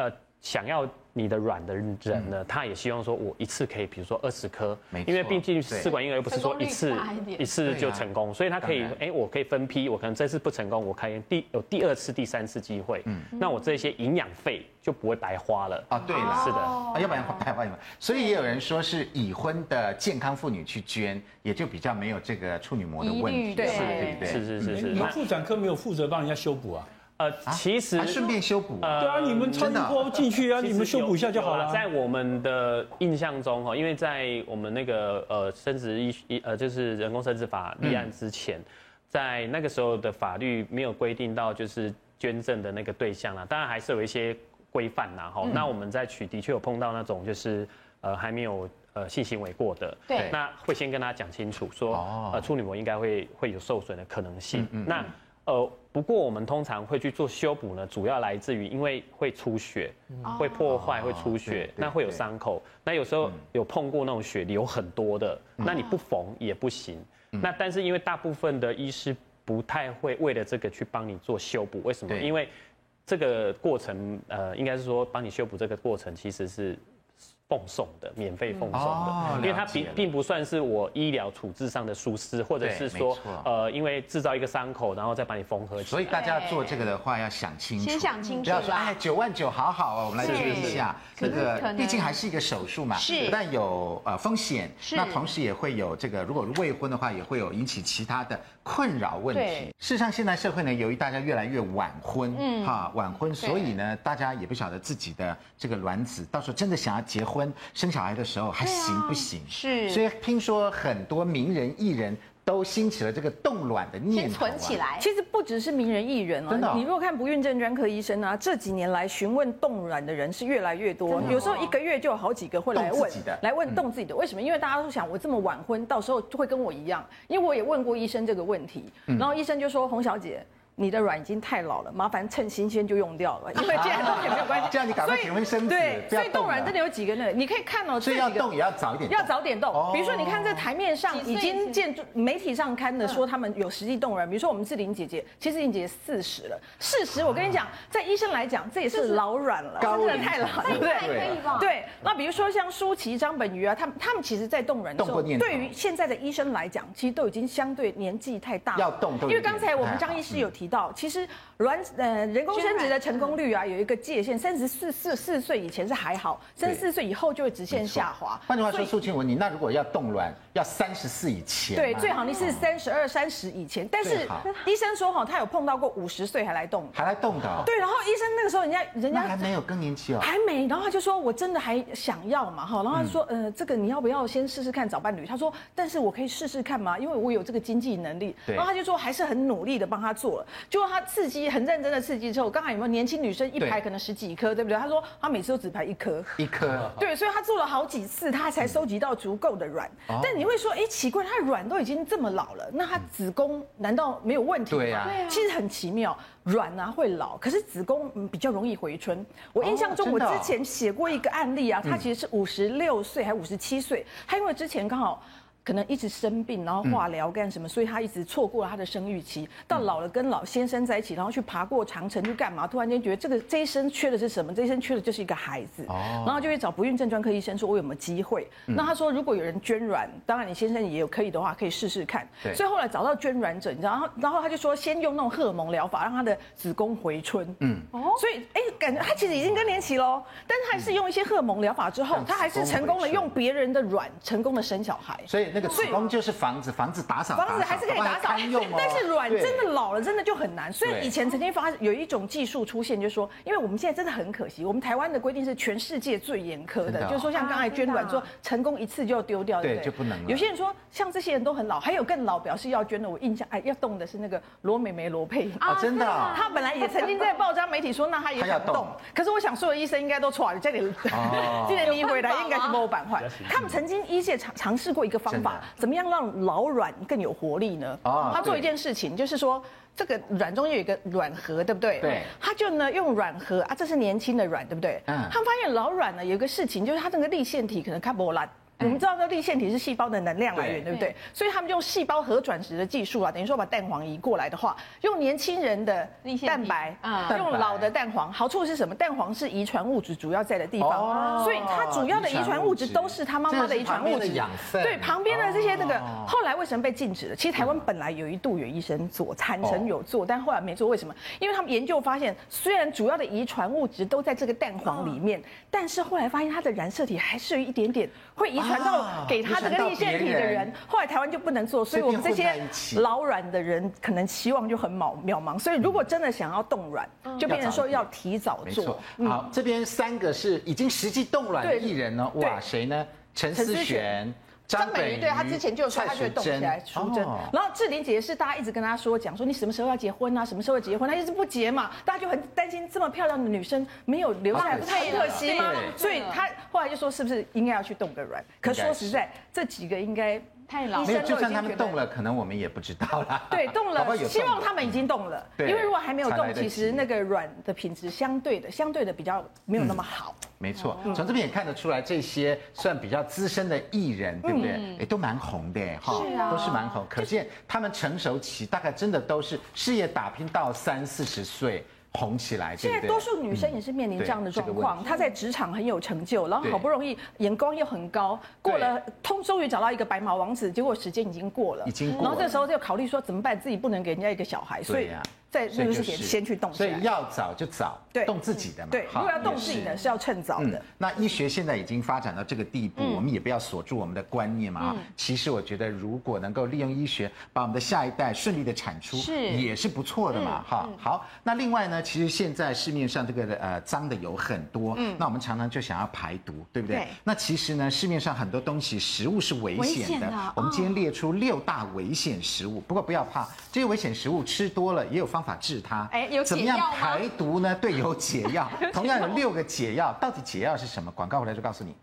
[SPEAKER 7] 呃想要。你的卵的人呢，他也希望说，我一次可以，比如说二十颗
[SPEAKER 1] 嗯没，错
[SPEAKER 7] 因为毕竟
[SPEAKER 1] 对啊
[SPEAKER 7] 试管婴儿又不是说一次
[SPEAKER 2] 成功率大一点
[SPEAKER 7] 一次就成功，所以他可以
[SPEAKER 1] 当然，
[SPEAKER 7] 哎，我可以分批，我可能这次不成功，我可以第有第二次、第三次机会，那我这些营养费就不会白花了。
[SPEAKER 1] 嗯啊，对了，
[SPEAKER 7] 是的
[SPEAKER 1] 啊，要不然会败坏嘛。所以也有人说是已婚的健康妇女去捐，也就比较没有这个处女膜的问
[SPEAKER 2] 疑
[SPEAKER 1] 题
[SPEAKER 2] 虑
[SPEAKER 1] 了，
[SPEAKER 2] 对
[SPEAKER 1] 对不对？
[SPEAKER 7] [laughs] 是是是是。
[SPEAKER 4] 你们
[SPEAKER 7] 那
[SPEAKER 4] 妇产科没有负责帮人家修补啊？
[SPEAKER 7] 呃，其实呃
[SPEAKER 1] 还顺便修补啊。
[SPEAKER 4] 对啊，你们超音波进去啊，
[SPEAKER 7] 其
[SPEAKER 4] 你
[SPEAKER 7] 实
[SPEAKER 4] 们修补一下就好
[SPEAKER 7] 有
[SPEAKER 4] 了
[SPEAKER 7] 啦
[SPEAKER 4] 啊。
[SPEAKER 7] 在我们的印象中哈，因为在我们那个呃生殖医医呃就是人工生殖法立案之前。在那个时候的法律没有规定到就是捐赠的那个对象啦，当然还是有一些规范啦。哈、那我们在取的确有碰到那种就是呃还没有呃性行为过的，
[SPEAKER 2] 对
[SPEAKER 7] 那会先跟他讲清楚说，
[SPEAKER 1] 哦
[SPEAKER 7] 呃处女膜应该会会有受损的可能性。那呃不过我们通常会去做修补呢，主要来自于因为会出血，会破坏，会出
[SPEAKER 1] 对
[SPEAKER 7] 血
[SPEAKER 1] 哦对，
[SPEAKER 7] 那会有
[SPEAKER 1] 对嗯
[SPEAKER 7] 伤口。那有时候有碰过那种血流很多的，那你不缝也不行。
[SPEAKER 1] 嗯
[SPEAKER 7] 那但是因为大部分的医师不太会为了这个去帮你做修补，为什么？
[SPEAKER 1] 对
[SPEAKER 7] 因为这个过程，呃，应该是说帮你修补这个过程其实是奉送的，免费奉送
[SPEAKER 1] 哦
[SPEAKER 7] 的，因为它
[SPEAKER 1] 了解
[SPEAKER 7] 并
[SPEAKER 1] 了
[SPEAKER 7] 并不算是我医疗处置上的疏失，或者
[SPEAKER 1] 对
[SPEAKER 7] 是
[SPEAKER 1] 没
[SPEAKER 7] 说
[SPEAKER 1] 错，
[SPEAKER 7] 呃，因为制造一个伤口，然后再把你缝合起
[SPEAKER 1] 所
[SPEAKER 7] 来。
[SPEAKER 1] 以大家做这个的话要想清楚，
[SPEAKER 2] 先想清
[SPEAKER 1] 不
[SPEAKER 2] 楚
[SPEAKER 1] 要说
[SPEAKER 2] 啦
[SPEAKER 1] 哎。九万九好好哦，我们来捐一下，这
[SPEAKER 2] 是可是可
[SPEAKER 1] 个
[SPEAKER 2] 能
[SPEAKER 1] 毕竟还是一个手术嘛，
[SPEAKER 2] 是
[SPEAKER 1] 但有呃风险，
[SPEAKER 2] 是
[SPEAKER 1] 那同时也会有这个，如果未婚的话，也会有引起其他的困扰问题
[SPEAKER 3] 对。
[SPEAKER 1] 事实上，现在社会呢，由于大家越来越晚婚，嗯，哈，晚婚，所以呢，大家也不晓得自己的这个卵子，到时候真的想要结婚生小孩的时候还行不行？
[SPEAKER 2] 是
[SPEAKER 1] 所以听说很多名人艺人都兴起了这个冻卵的念
[SPEAKER 2] 先
[SPEAKER 1] 头、啊，
[SPEAKER 2] 存起来，
[SPEAKER 3] 其实不只是名人艺人
[SPEAKER 1] 真的哦
[SPEAKER 3] 啊，你如果看不孕症专科医生啊，这几年来询问冻卵的人是越来越多，有时候一个月就有好几个会来
[SPEAKER 1] 啊冻
[SPEAKER 3] 问
[SPEAKER 1] 自己的，嗯
[SPEAKER 3] 来问冻自己的，为什么？因为大家都想我这么晚婚，到时候会跟我一样，因为我也问过医生这个问题，
[SPEAKER 1] 嗯
[SPEAKER 3] 然后医生就说洪小姐。你的卵已经太老了，麻烦趁新鲜就用掉了，因为既然冻也没有关
[SPEAKER 1] [laughs]
[SPEAKER 3] 系。
[SPEAKER 1] 这样你赶快
[SPEAKER 3] 所以
[SPEAKER 1] 结婚生子
[SPEAKER 3] 对，
[SPEAKER 1] 不要
[SPEAKER 3] 所以冻
[SPEAKER 1] 冻了
[SPEAKER 3] 卵真的有几个呢？你可以看哦，
[SPEAKER 1] 所以
[SPEAKER 3] 这
[SPEAKER 1] 要
[SPEAKER 3] 几个
[SPEAKER 1] 动也要早一点动，
[SPEAKER 3] 要早点动
[SPEAKER 1] 哦。
[SPEAKER 3] 比如说，你看这台面上已经见媒体上刊
[SPEAKER 2] 嗯
[SPEAKER 3] 的说他们有实际动人，比如说我们志玲姐姐，其实志玲姐姐四十了，四十我跟你讲，在医生来讲这也是老软了，
[SPEAKER 1] 啊高
[SPEAKER 3] 真的
[SPEAKER 1] 龄
[SPEAKER 3] 太老
[SPEAKER 1] 产
[SPEAKER 3] 了，
[SPEAKER 1] 妇
[SPEAKER 3] 对不
[SPEAKER 2] 那还
[SPEAKER 3] 对？
[SPEAKER 2] 可以吧？，
[SPEAKER 3] 对，那比如说像舒淇、张本禺啊，他们他们其实，在动人的时
[SPEAKER 1] 动过
[SPEAKER 3] 候，
[SPEAKER 1] 念头
[SPEAKER 3] 对于现在的医生来讲，其实都已经相对年纪太大了，
[SPEAKER 1] 要动都有哎
[SPEAKER 3] 因为刚才我
[SPEAKER 1] 点
[SPEAKER 3] 们
[SPEAKER 1] 不太好
[SPEAKER 3] 张医师有提到，其实卵呃人工生殖的成功率啊有一个界限，三十四四四岁以前是还好，三十四岁以后就会直线下滑。
[SPEAKER 1] 换句话
[SPEAKER 3] 所
[SPEAKER 1] 说，
[SPEAKER 3] 以
[SPEAKER 1] 苏庆文，你那如果要冻卵，要三十四以前嘛，
[SPEAKER 3] 对，最好你是三十二、三十以前，但
[SPEAKER 1] 最
[SPEAKER 3] 是
[SPEAKER 1] 好
[SPEAKER 3] 医生说哈，他有碰到过五十岁还来动。
[SPEAKER 1] 还来冻的、哦，，
[SPEAKER 3] 对，然后医生那个时候，人家人
[SPEAKER 1] 那
[SPEAKER 3] 家
[SPEAKER 1] 还没有更年期哦。
[SPEAKER 3] 还没，然后他就说我真的还想要嘛哈，然后他说、
[SPEAKER 1] 嗯
[SPEAKER 3] 呃这个你要不要先试试看找伴侣？他说但是我可以试试看嘛，因为我有这个经济能力。
[SPEAKER 1] 对
[SPEAKER 3] 然后他就说还是很努力的帮他做了，结果他刺激很认真的刺激之后，刚才有没有年轻女生一
[SPEAKER 1] 对
[SPEAKER 3] 排可能十几颗对不对？他说他每次都只排一颗。
[SPEAKER 1] 一颗，
[SPEAKER 3] 对，所以他做了好几次，他才收集到足够的卵。
[SPEAKER 1] 哦
[SPEAKER 3] 但你会说，哎，奇怪，他的卵都已经这么老了，那他子宫难道没有问题吗？
[SPEAKER 1] 对啊对
[SPEAKER 2] 啊
[SPEAKER 3] 其实很奇妙，卵啊会老，可是子宫嗯比较容易回春。我印象中，
[SPEAKER 1] 真
[SPEAKER 3] 我
[SPEAKER 1] 的
[SPEAKER 3] 之
[SPEAKER 1] 哦嗯
[SPEAKER 3] 前写过一个案例啊，他其实是五十六岁还五十七岁，他因为之前刚好。可能一直生病，然后化疗干什么，所以他一直错过了他的生育期。到老了跟老先生在一起，然后去爬过长城去干嘛？突然间觉得这个这一生缺的是什么？这一生缺的就是一个孩子。
[SPEAKER 1] 哦
[SPEAKER 3] 然后就去找不孕症专科医生说，我有没有机会？
[SPEAKER 1] 嗯
[SPEAKER 3] 那他说，如果有人捐卵，当然你先生也有可以的话，可以试试看
[SPEAKER 1] 对。
[SPEAKER 3] 所以后来找到捐卵者，你知道，然后然后他就说，先用那种荷尔蒙疗法，让他的子宫回春。嗯，哦，所以哎，感觉他其实已经更年期喽，但是还是用一些荷尔蒙疗法之后
[SPEAKER 1] 让，
[SPEAKER 3] 他还是
[SPEAKER 1] 嗯子宫
[SPEAKER 3] 成功
[SPEAKER 1] 回
[SPEAKER 3] 了
[SPEAKER 1] 春
[SPEAKER 3] 用别人的卵，成功的生小孩。
[SPEAKER 1] 所以那个子宫就是房子，房子打扫，
[SPEAKER 3] 房子还是可以打扫
[SPEAKER 1] 房子堪用哦。
[SPEAKER 3] [laughs] 但是卵
[SPEAKER 1] 对
[SPEAKER 3] 真的老了，真的就很难。所
[SPEAKER 1] 对
[SPEAKER 3] 以以前曾经发有一种技术出现，就是说，因为我们现在真的很可惜，我们台湾的规定是全世界最严苛
[SPEAKER 1] 真的
[SPEAKER 3] 的
[SPEAKER 1] 哦，
[SPEAKER 3] 就是说像刚才捐
[SPEAKER 2] 啊
[SPEAKER 3] 卵
[SPEAKER 2] 真
[SPEAKER 3] 说
[SPEAKER 2] 的啊
[SPEAKER 3] 成功一次就要丢掉，
[SPEAKER 1] 对
[SPEAKER 3] 对不对？
[SPEAKER 1] 就不能了
[SPEAKER 3] 有些人说像这些人都很老，还有更老表示要捐的，我印象哎要动的是那个罗美美罗佩。
[SPEAKER 1] 哦，真的哦，
[SPEAKER 3] 她本来也
[SPEAKER 1] [laughs]
[SPEAKER 3] 曾经在报章媒体说，那她也
[SPEAKER 1] 她要
[SPEAKER 3] 想
[SPEAKER 1] 动
[SPEAKER 3] 动，可是我想所有医生应该都错了，这里 [laughs]
[SPEAKER 1] 哦
[SPEAKER 3] 这里你回来
[SPEAKER 2] 有办法吗
[SPEAKER 3] 应该是没有
[SPEAKER 1] [laughs]
[SPEAKER 3] 办法。他们曾经医界尝尝试过一个方
[SPEAKER 1] 真的啊
[SPEAKER 3] 法，怎么样让老卵更有活力呢？
[SPEAKER 1] 哦
[SPEAKER 3] 他做
[SPEAKER 1] 对
[SPEAKER 3] 一件事情，就是说这个卵中有一个卵核，对不对？
[SPEAKER 1] 对
[SPEAKER 3] 他就呢用卵核啊，这是年轻的卵，对不对？
[SPEAKER 1] 嗯
[SPEAKER 3] 他们发现老卵呢有一个事情，就是它那个立腺体可能看不烂。
[SPEAKER 1] 嗯
[SPEAKER 3] 我们知道，这立腺体是细胞的能量来
[SPEAKER 1] 对
[SPEAKER 3] 源，对不对？所以他们用细胞核转植的技术啊，等于说把蛋黄移过来的话，用年轻人的
[SPEAKER 2] 立腺体
[SPEAKER 3] 蛋白
[SPEAKER 2] 啊
[SPEAKER 3] 用老的蛋黄，好处是什么？蛋黄是遗传物质主要在的地
[SPEAKER 1] 哦
[SPEAKER 3] 方，所以它主要的遗传物质都是它妈妈的遗传
[SPEAKER 1] 这是旁边
[SPEAKER 3] 物
[SPEAKER 1] 的
[SPEAKER 3] 质
[SPEAKER 1] 养分
[SPEAKER 3] 对，旁边的这些那个
[SPEAKER 1] 哦，嗯
[SPEAKER 3] 后来为什么被禁止了？其实台湾本来有一度有医生做，产生有做，但后来没做，为什么？因为他们研究发现，虽然主要的遗传物质都在这个蛋黄里面，但是后来发现它的染色体还是有一点点会遗传到
[SPEAKER 1] 啊
[SPEAKER 3] 给他这
[SPEAKER 1] 遗传
[SPEAKER 3] 个
[SPEAKER 1] 到
[SPEAKER 3] 立腺体
[SPEAKER 1] 别
[SPEAKER 3] 的
[SPEAKER 1] 人
[SPEAKER 3] 人。后来台湾就不能做，所以我们这
[SPEAKER 1] 所以变混在
[SPEAKER 3] 些
[SPEAKER 1] 一起
[SPEAKER 3] 老软的人，可能期望就很渺渺茫。所以如果真的想要冻卵，
[SPEAKER 1] 嗯
[SPEAKER 3] 就变成说要提早
[SPEAKER 1] 没
[SPEAKER 3] 做
[SPEAKER 1] 错。。
[SPEAKER 3] 嗯
[SPEAKER 1] 好，这边三个是已经实际冻卵的艺人呢，哦
[SPEAKER 3] 对
[SPEAKER 1] 哇，谁呢？陈思
[SPEAKER 3] 陈思
[SPEAKER 1] 璇
[SPEAKER 3] 璇、
[SPEAKER 1] 张
[SPEAKER 6] 张本
[SPEAKER 1] 本
[SPEAKER 6] 鱼对他之前就有说
[SPEAKER 1] 蔡
[SPEAKER 6] 他就会
[SPEAKER 1] 淑
[SPEAKER 6] 动起
[SPEAKER 1] 珍
[SPEAKER 3] 来出征
[SPEAKER 1] 哦。
[SPEAKER 3] 然后志玲姐是大家一直跟她说讲说你什么时候要结婚啊，什么时候要结婚，她一直不结嘛，大家就很担心这么漂亮的女生没有留下来，
[SPEAKER 1] 浪费
[SPEAKER 3] 不是很可惜吗
[SPEAKER 1] 了啊对？
[SPEAKER 3] 所以她后来就说是不是应该要去动个卵？可
[SPEAKER 1] 应该
[SPEAKER 3] 说实在，这几个应该
[SPEAKER 6] 太老
[SPEAKER 3] 医
[SPEAKER 1] 没有，
[SPEAKER 3] 生
[SPEAKER 1] 就
[SPEAKER 3] 都已
[SPEAKER 1] 算他
[SPEAKER 3] 经觉
[SPEAKER 1] 们
[SPEAKER 3] 得
[SPEAKER 1] 动。了，可能我们也不知道啦。
[SPEAKER 3] [laughs] 对，动
[SPEAKER 1] 搞不 [laughs] 好
[SPEAKER 3] 了
[SPEAKER 1] 有，动嗯
[SPEAKER 3] 希望他们已经动了，
[SPEAKER 1] 对
[SPEAKER 3] 因为如果还没有
[SPEAKER 1] 才来
[SPEAKER 3] 动，
[SPEAKER 1] 得
[SPEAKER 3] 其实
[SPEAKER 1] 及
[SPEAKER 3] 那个卵的品质相对的，相对的比较没有那么好。
[SPEAKER 1] 没错，
[SPEAKER 3] 哦
[SPEAKER 1] 从这边也看得出来，这些算比较资深的艺人，对不对？
[SPEAKER 3] 嗯
[SPEAKER 1] 哎，都蛮红的，哈，
[SPEAKER 3] 啊
[SPEAKER 1] 都是蛮红。可见他们成熟期大概真的都是事业打拼到三四十岁红起来，
[SPEAKER 3] 现
[SPEAKER 1] 对不嗯
[SPEAKER 3] 在
[SPEAKER 1] 对？
[SPEAKER 3] 多数女生也是面临这样的状况，她在职场很有成就，然后好不容易眼光又很高，过了通终于找到一个白马王子，结果时间已经过了，
[SPEAKER 1] 已经过了
[SPEAKER 3] 然后这时候就考虑说怎么办，自己不能给人家一个小孩，所
[SPEAKER 1] 对
[SPEAKER 3] 以
[SPEAKER 1] 呀
[SPEAKER 3] 在
[SPEAKER 1] 所
[SPEAKER 3] 那
[SPEAKER 1] 以
[SPEAKER 3] 个
[SPEAKER 1] 就
[SPEAKER 3] 时
[SPEAKER 1] 是
[SPEAKER 3] 间先去动起
[SPEAKER 1] 所
[SPEAKER 3] 来
[SPEAKER 1] 以。要早就早，
[SPEAKER 3] 对
[SPEAKER 1] 动自己的嘛。
[SPEAKER 3] 对，如
[SPEAKER 1] 哈
[SPEAKER 3] 果要动
[SPEAKER 1] 也是嗯
[SPEAKER 3] 自己的是要趁早的。
[SPEAKER 1] 那医学现在已经发展到这个地步，我们也不要锁住我们的观念嘛啊。其实我觉得，如果能够利用医学把我们的下一代顺利的产出，
[SPEAKER 6] 是
[SPEAKER 1] 也是不错的嘛哈。好，那另外呢，其实现在市面上这个呃脏的有很多，那我们常常就想要排毒，对不对
[SPEAKER 6] 对？
[SPEAKER 1] 那其实呢，市面上很多东西食物是危险
[SPEAKER 6] 危险的
[SPEAKER 1] 的
[SPEAKER 6] 哦，
[SPEAKER 1] 我们今天列出六大危险食物，不过不要怕，这些危险食物吃多了也有方法治它。
[SPEAKER 6] 哎有
[SPEAKER 1] 怎么
[SPEAKER 6] 解
[SPEAKER 1] 样
[SPEAKER 6] 药吗
[SPEAKER 1] 排毒呢？对，有解药，同样有六个解药，到底解药是什么？广告回来就告诉你。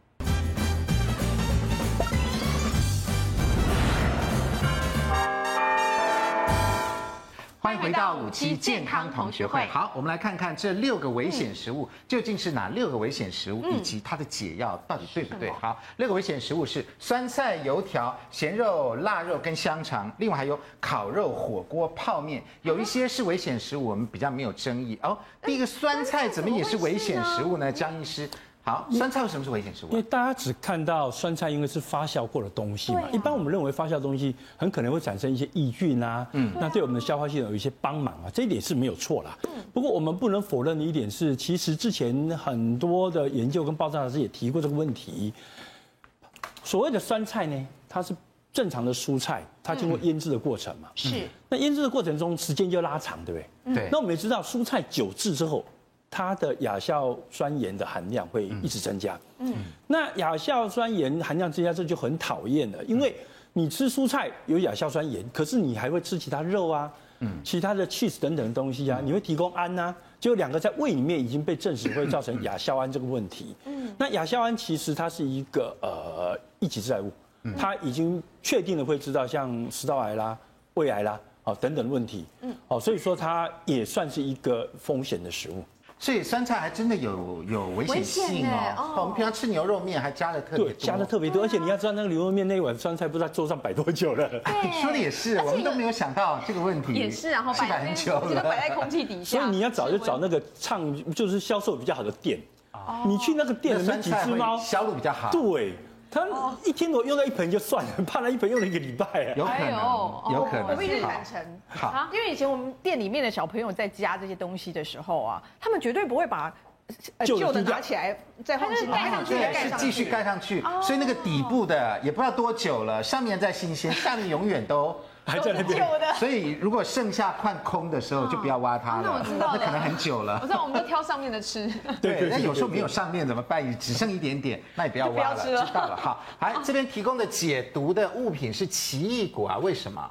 [SPEAKER 1] 欢迎回到五期健康同学会。好，我们来看看这六个危险食物究竟是哪六个危险食物，以及它的解药到底对不对？好，六个危险食物是酸菜、油条、咸肉、腊肉跟香肠，另外还有烤肉、火锅、泡面，有一些是危险食物，我们比较没有争议哦。第一个酸菜怎么也是危险食物呢？嗯江医师，好，酸菜为什么是危险食
[SPEAKER 4] 因
[SPEAKER 1] 物啊
[SPEAKER 4] 为？大家只看到酸菜，因为是发酵过的东西嘛。一般我们认为发酵的东西很可能会产生一些抑菌啊，那对我们的消化系统有一些帮忙啊，这一点是没有错啦。不过我们不能否认的一点是，其实之前很多的研究跟报章杂志也提过这个问题。所谓的酸菜呢，它是正常的蔬菜，它经过腌制的过程嘛。
[SPEAKER 1] 嗯
[SPEAKER 6] 是
[SPEAKER 4] 那腌制的过程中时间就拉长，对不对？
[SPEAKER 1] 对
[SPEAKER 4] 那我们也知道，蔬菜久置之后，它的亚硝酸盐的含量会一直增加。嗯，那亚硝酸盐含量增加，这就很讨厌了，因为你吃蔬菜有亚硝酸盐，可是你还会吃其他肉啊，嗯，其他的 cheese 等等的东西啊，你会提供氨呐、就两个在胃里面已经被证实会造成亚硝胺这个问题。嗯，那亚硝胺其实它是一个呃一级致癌物，它已经确定了会知道像食道癌啦、胃癌啦。哦，等等问题，嗯，哦，所以说它也算是一个风险的食物。
[SPEAKER 1] 所以酸菜还真的有有危险性哦。我们平常吃牛肉面还加了特别
[SPEAKER 4] 对啊
[SPEAKER 1] 多，，
[SPEAKER 4] 加的特别多，而且你要知道那个牛肉面那一碗酸菜不知道桌上摆多久了。
[SPEAKER 1] 说的也是，我们都没有想到这个问题，
[SPEAKER 6] 也是，然后
[SPEAKER 1] 是摆
[SPEAKER 6] 摆
[SPEAKER 1] 很
[SPEAKER 6] 在
[SPEAKER 1] 久
[SPEAKER 6] 我觉得
[SPEAKER 1] 了。
[SPEAKER 6] 摆在空气底下，
[SPEAKER 4] 所以你要找就找那个唱就是销售比较好的店，你去那个店里面几只猫，
[SPEAKER 1] 销路比较好，
[SPEAKER 4] 对，它一天我用到一盆就算了， [laughs] 怕它一盆用了一个礼拜
[SPEAKER 1] 有
[SPEAKER 4] 啊。
[SPEAKER 1] 可
[SPEAKER 6] 哎呦
[SPEAKER 1] 能，有可
[SPEAKER 6] 哦
[SPEAKER 1] 能。
[SPEAKER 6] 我们一定
[SPEAKER 1] 好
[SPEAKER 6] 坦诚。
[SPEAKER 1] 好，
[SPEAKER 3] 因为以前我们店里面的小朋友在加这些东西的时候啊，他们绝对不会把呃
[SPEAKER 4] 旧的
[SPEAKER 3] 旧的
[SPEAKER 4] 低价
[SPEAKER 3] 拿起来再换新的，
[SPEAKER 6] 盖上去哦
[SPEAKER 1] 对，
[SPEAKER 6] 盖
[SPEAKER 1] 是
[SPEAKER 6] 上
[SPEAKER 1] 继续盖上去，所以那个底部的也不知道多久了，上面在新
[SPEAKER 6] [laughs]
[SPEAKER 1] 鲜，下面永远都。
[SPEAKER 4] 还在那边，
[SPEAKER 1] 所以如果剩下换空的时候，就不要挖它
[SPEAKER 6] 哦那
[SPEAKER 1] 了
[SPEAKER 6] 我知，道了
[SPEAKER 1] 可能很久
[SPEAKER 6] 我
[SPEAKER 1] 了。
[SPEAKER 6] 知道，我们都挑上面的吃。
[SPEAKER 1] 对，那有时候没有上面怎么办？只剩一点点，那也不要挖了，
[SPEAKER 6] 就不要吃了
[SPEAKER 1] 知道了哈。来，
[SPEAKER 6] [laughs]
[SPEAKER 1] 这边提供的解毒的物品是奇异果啊？为什么？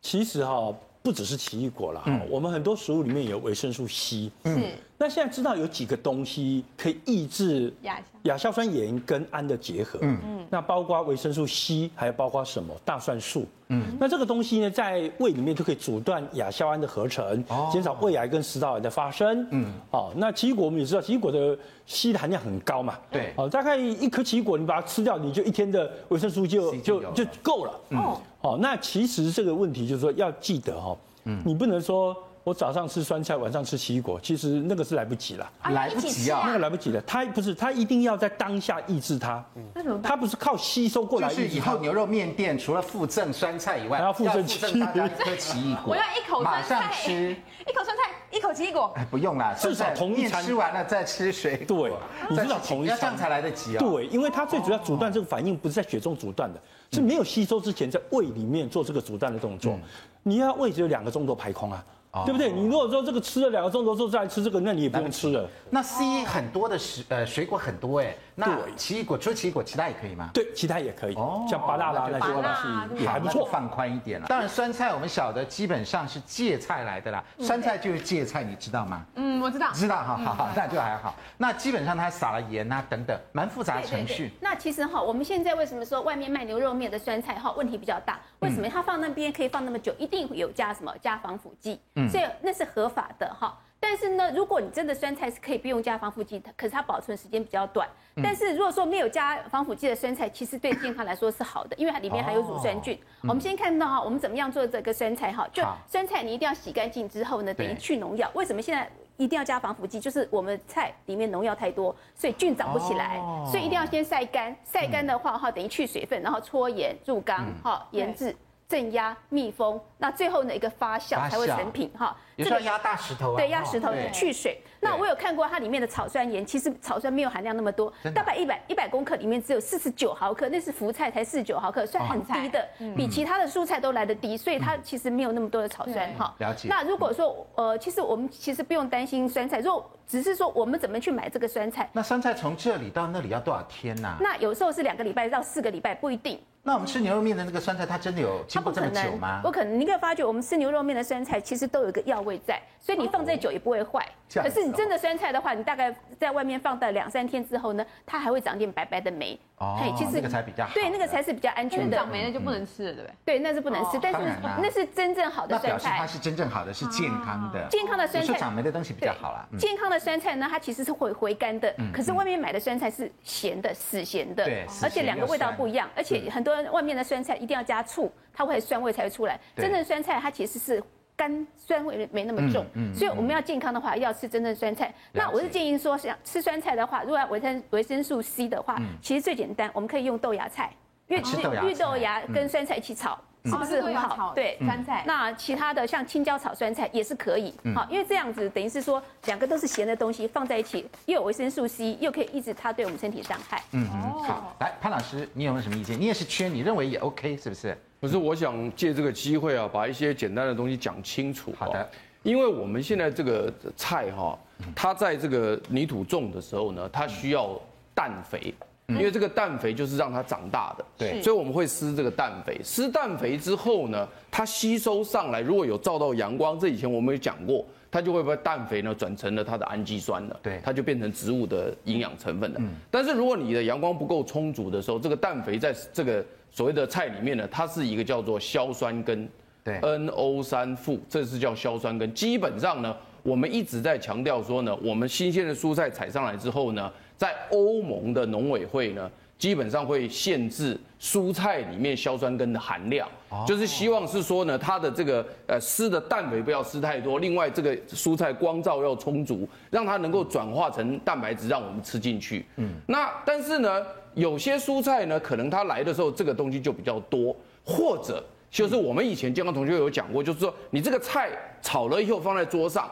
[SPEAKER 4] 其实哈、不只是奇异果啦，哈
[SPEAKER 1] 嗯
[SPEAKER 4] 我们很多食物里面有维生素 C。嗯，那现在知道有几个东西可以抑制
[SPEAKER 6] 亚硝
[SPEAKER 4] 亚硝酸盐跟氨的结合。嗯嗯，那包括维生素 C，还有包括什么大蒜素。嗯，那这个东西呢，在胃里面就可以阻断亚硝胺的合成，减少胃癌跟食道癌的发生。哦嗯，哦，那奇异果我们也知道，奇异果的 C 的含量很高嘛。
[SPEAKER 1] 对
[SPEAKER 4] 哦，大概一颗奇异果你把它吃掉，你就一天的维生素就
[SPEAKER 1] C 就
[SPEAKER 4] 哦就
[SPEAKER 1] 有了
[SPEAKER 4] 就够了。哦，哦，那其实这个问题就是说要记得哦，你不能说我早上吃酸菜，晚上吃奇异果，其实那个是来不及了。
[SPEAKER 1] 来不及啊
[SPEAKER 4] 那个来不及了，它不是，它一定要在当下抑制它。嗯那怎么它不是靠吸收过来
[SPEAKER 1] 就
[SPEAKER 4] 抑
[SPEAKER 1] 是
[SPEAKER 4] 制
[SPEAKER 1] 以
[SPEAKER 4] 它
[SPEAKER 1] 后。牛肉面店除了附赠酸菜以外，
[SPEAKER 4] 还要附赠
[SPEAKER 1] 大家一颗奇异果，
[SPEAKER 6] 我要一口
[SPEAKER 1] 马
[SPEAKER 6] 酸菜
[SPEAKER 1] 上吃，
[SPEAKER 6] 一口酸菜，一口奇异果，
[SPEAKER 1] 哎不用啦，
[SPEAKER 4] 至少
[SPEAKER 1] 酸菜
[SPEAKER 4] 同一
[SPEAKER 1] 面
[SPEAKER 4] 餐
[SPEAKER 1] 吃完了再吃水果，
[SPEAKER 4] 对，你
[SPEAKER 1] 再
[SPEAKER 4] 知道
[SPEAKER 1] 吃
[SPEAKER 4] 同一
[SPEAKER 1] 要这
[SPEAKER 4] 餐
[SPEAKER 1] 样才来得及啊。，
[SPEAKER 4] 对，因为它最主要阻断这个反应不是在血中阻断的，是嗯没有吸收之前在胃里面做这个阻断的动作。你要胃只有两个钟头排空啊。对不对？你如果说这个吃了两个钟头之后再来吃这个，那你也不用吃了。
[SPEAKER 1] 那 C 很多的食呃水果很多哎，那奇异果除了奇异果，其他也可以吗？
[SPEAKER 4] 对，其他也可以
[SPEAKER 1] 哦，
[SPEAKER 4] 像巴辣啦那些
[SPEAKER 2] 芭
[SPEAKER 4] 东
[SPEAKER 2] 乐
[SPEAKER 4] 西
[SPEAKER 2] 对
[SPEAKER 4] 也还不错
[SPEAKER 1] 好那就。放宽一点了。当然，酸菜我们晓得基本上是芥菜来的啦，酸菜就是芥菜，你知道吗？
[SPEAKER 6] 嗯，我知道。
[SPEAKER 1] 知道哈，好好，那就还好。那基本上它撒了盐啊等等，蛮复杂的程序。
[SPEAKER 8] 那其实哈，我们现在为什么说外面卖牛肉面的酸菜哈问题比较大？
[SPEAKER 1] 嗯
[SPEAKER 8] 为什么它放那边可以放那么久？一定有加什么加防腐剂，
[SPEAKER 1] 嗯
[SPEAKER 8] 所以那是合法的哈。但是呢，如果你真的酸菜是可以不用加防腐剂的，可是它保存时间比较短。
[SPEAKER 1] 嗯
[SPEAKER 8] 但是如果说没有加防腐剂的酸菜，其实对健康来说是好的，因为它里面含有乳酸菌。我们先看到哈，我们怎么样做这个酸菜哈？就
[SPEAKER 1] 哦嗯好
[SPEAKER 8] 酸菜你一定要洗干净之后呢，等于
[SPEAKER 1] 对
[SPEAKER 8] 去农药。为什么现在一定要加防腐剂？就是我们菜里面农药太多，所以菌长不起来，
[SPEAKER 1] 哦
[SPEAKER 8] 所以一定要先晒干。晒干的话哈，等于去水分，然后搓盐、入缸
[SPEAKER 1] 嗯
[SPEAKER 8] 哈、腌制、镇压、密封，那最后呢一个
[SPEAKER 1] 发
[SPEAKER 8] 发酵
[SPEAKER 1] 酵
[SPEAKER 8] 才会成品哈。
[SPEAKER 1] 有时候压大石头啊，
[SPEAKER 8] 对，压石头
[SPEAKER 1] 对
[SPEAKER 8] 去水。那我有看过它里面的草酸盐，其实草酸没有含量那么多
[SPEAKER 1] 真，的
[SPEAKER 8] 大
[SPEAKER 1] 啊
[SPEAKER 8] 概一百一百公克里面只有四十九毫克，那是福菜才四十九毫克，算很低的，比其他的蔬菜都来得低，所以它其实没有那么多的草酸哈。
[SPEAKER 1] 嗯了解
[SPEAKER 8] 那如果说呃，其实我们其实不用担心酸菜，如果只是说我们怎么去买这个酸菜，
[SPEAKER 1] 那酸菜从这里到那里要多少天呐、那
[SPEAKER 8] 那有时候是两个礼拜到四个礼拜不一定，
[SPEAKER 1] 我们吃牛肉面的那个酸菜，它真的有
[SPEAKER 8] 它
[SPEAKER 1] 经
[SPEAKER 8] 不
[SPEAKER 1] 过这
[SPEAKER 8] 可
[SPEAKER 1] 么久
[SPEAKER 8] 能
[SPEAKER 1] 吗？
[SPEAKER 8] 不可能。你可以发觉，我们吃牛肉面的酸菜其实都有一个药味在，所以你
[SPEAKER 1] 哦
[SPEAKER 8] 放再久也不会坏。
[SPEAKER 1] 这样
[SPEAKER 8] 可
[SPEAKER 1] 子哦
[SPEAKER 8] 是你真的酸菜的话，你大概在外面放到两三天之后呢，它还会长点白白的霉。
[SPEAKER 1] 哦
[SPEAKER 8] 嘿
[SPEAKER 1] 那个才比较好嗯
[SPEAKER 8] 对，那个才是比较安全
[SPEAKER 6] 真的
[SPEAKER 8] 的
[SPEAKER 6] 长。霉了就不能吃了，对不对？
[SPEAKER 8] 对，那是不能吃
[SPEAKER 6] 哦，
[SPEAKER 8] 但是
[SPEAKER 1] 当然啦
[SPEAKER 8] 那是真正好的
[SPEAKER 1] 那表
[SPEAKER 8] 酸
[SPEAKER 1] 示它
[SPEAKER 8] 菜。啊
[SPEAKER 1] 是真正好的，是健康的。
[SPEAKER 8] 健康的
[SPEAKER 1] 有
[SPEAKER 8] 酸
[SPEAKER 1] 时候
[SPEAKER 8] 菜
[SPEAKER 1] 长霉的东西比
[SPEAKER 8] 对，
[SPEAKER 1] 较好啦。嗯，
[SPEAKER 8] 健康的酸菜呢，它其实是会回甘的，可是外面买的酸菜是咸的，死咸的，
[SPEAKER 1] 对死咸
[SPEAKER 8] 而且两个味道不一样，而且很多人外面的酸菜一定要加醋，它会酸味才会出来。
[SPEAKER 1] 对
[SPEAKER 8] 真正酸菜它其实是。甘酸味没那么重，
[SPEAKER 1] 嗯嗯嗯
[SPEAKER 8] 所以我们要健康的话，要吃真正酸菜。那我是建议说，想吃酸菜的话，如果要维生维生素 C 的话，其实最简单，我们可以用豆芽菜，因为
[SPEAKER 1] 嗯吃豆芽
[SPEAKER 8] 绿豆
[SPEAKER 1] 菜
[SPEAKER 8] 芽跟酸菜一起炒，是不
[SPEAKER 6] 哦
[SPEAKER 8] 是
[SPEAKER 6] 豆
[SPEAKER 8] 很
[SPEAKER 6] 芽
[SPEAKER 8] 好？
[SPEAKER 6] 炒
[SPEAKER 8] 对，嗯
[SPEAKER 6] 酸菜。
[SPEAKER 8] 那其他的像青椒炒酸菜也是可以，好、因为这样子等于是说两个都是咸的东西放在一起，又有维生素 C，又可以抑制它对我们身体的伤害。
[SPEAKER 1] 嗯哼，好，来潘老师，你有没有什么意见？你也是圈，你认为也 OK 是不是？
[SPEAKER 9] 可是我想借这个机会啊，把一些简单的东西讲清楚、啊
[SPEAKER 1] 好的，
[SPEAKER 9] 因为我们现在这个菜哈、它在这个泥土种的时候呢，它需要氮肥。因为这个氮肥就是让它长大的，
[SPEAKER 1] 嗯对
[SPEAKER 9] 所以我们会施这个氮肥。施氮肥之后呢，它吸收上来，如果有照到阳光，这以前我们有讲过，它就会把氮肥呢转成了它的氨基酸了，
[SPEAKER 1] 对嗯
[SPEAKER 9] 它就变成植物的营养成分了。但是如果你的阳光不够充足的时候，这个氮肥在这个所谓的菜里面呢，它是一个叫做硝酸根，
[SPEAKER 1] 对
[SPEAKER 9] NO 三负，这是叫硝酸根。基本上呢，我们一直在强调说呢，我们新鲜的蔬菜采上来之后呢，在欧盟的农委会呢，基本上会限制蔬菜里面硝酸根的含量，就是希望是说呢，它的这个呃施的氮肥不要施太多，另外这个蔬菜光照要充足，让它能够转化成蛋白质，让我们吃进去。嗯，那但是呢，有些蔬菜呢，可能它来的时候这个东西就比较多，或者。就是我们以前健康同学有讲过，就是说你这个菜炒了以后放在桌上，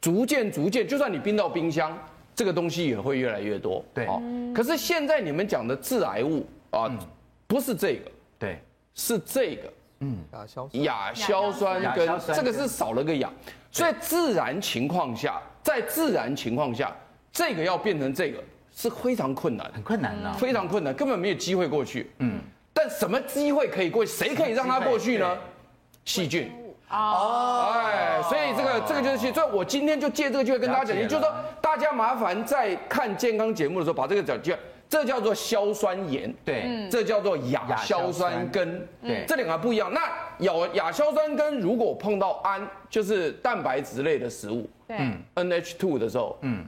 [SPEAKER 9] 逐渐逐渐，就算你冰到冰箱，这个东西也会越来越多。
[SPEAKER 1] 对
[SPEAKER 9] 哦，可是现在你们讲的致癌物啊，不是这个，
[SPEAKER 1] 对，
[SPEAKER 9] 是这个
[SPEAKER 5] 打消
[SPEAKER 9] 亚硝酸
[SPEAKER 1] 亚
[SPEAKER 9] 根
[SPEAKER 1] 硝，酸
[SPEAKER 9] 这
[SPEAKER 1] 根
[SPEAKER 9] 个是少了个氧，所以自然情况下，在自然情况下，这个要变成这个是非常困难的。
[SPEAKER 1] 很困难呢、
[SPEAKER 8] 嗯
[SPEAKER 9] 非常困难，根本没有机会过去。嗯，但什么机会可以过去？谁可以让它过去
[SPEAKER 1] 什么
[SPEAKER 9] 呢
[SPEAKER 1] 机会？
[SPEAKER 9] 细菌。哦，哎，所以这个这个就是细菌，所以我今天就借这个机会跟大家
[SPEAKER 1] 哦了解了
[SPEAKER 9] 讲，也就是说，大家麻烦在看健康节目的时候，把这个讲叫，这叫做硝酸盐，
[SPEAKER 1] 对
[SPEAKER 8] 嗯
[SPEAKER 9] 这叫做
[SPEAKER 1] 亚
[SPEAKER 9] 嗯亚
[SPEAKER 1] 硝
[SPEAKER 9] 硝
[SPEAKER 1] 酸
[SPEAKER 9] 酸根，嗯
[SPEAKER 1] 对
[SPEAKER 9] 这两个不一样。那亚亚硝酸根如果碰到氨，就是蛋白质类的食物，
[SPEAKER 6] 对，
[SPEAKER 1] 嗯
[SPEAKER 9] NH2 的时候，嗯，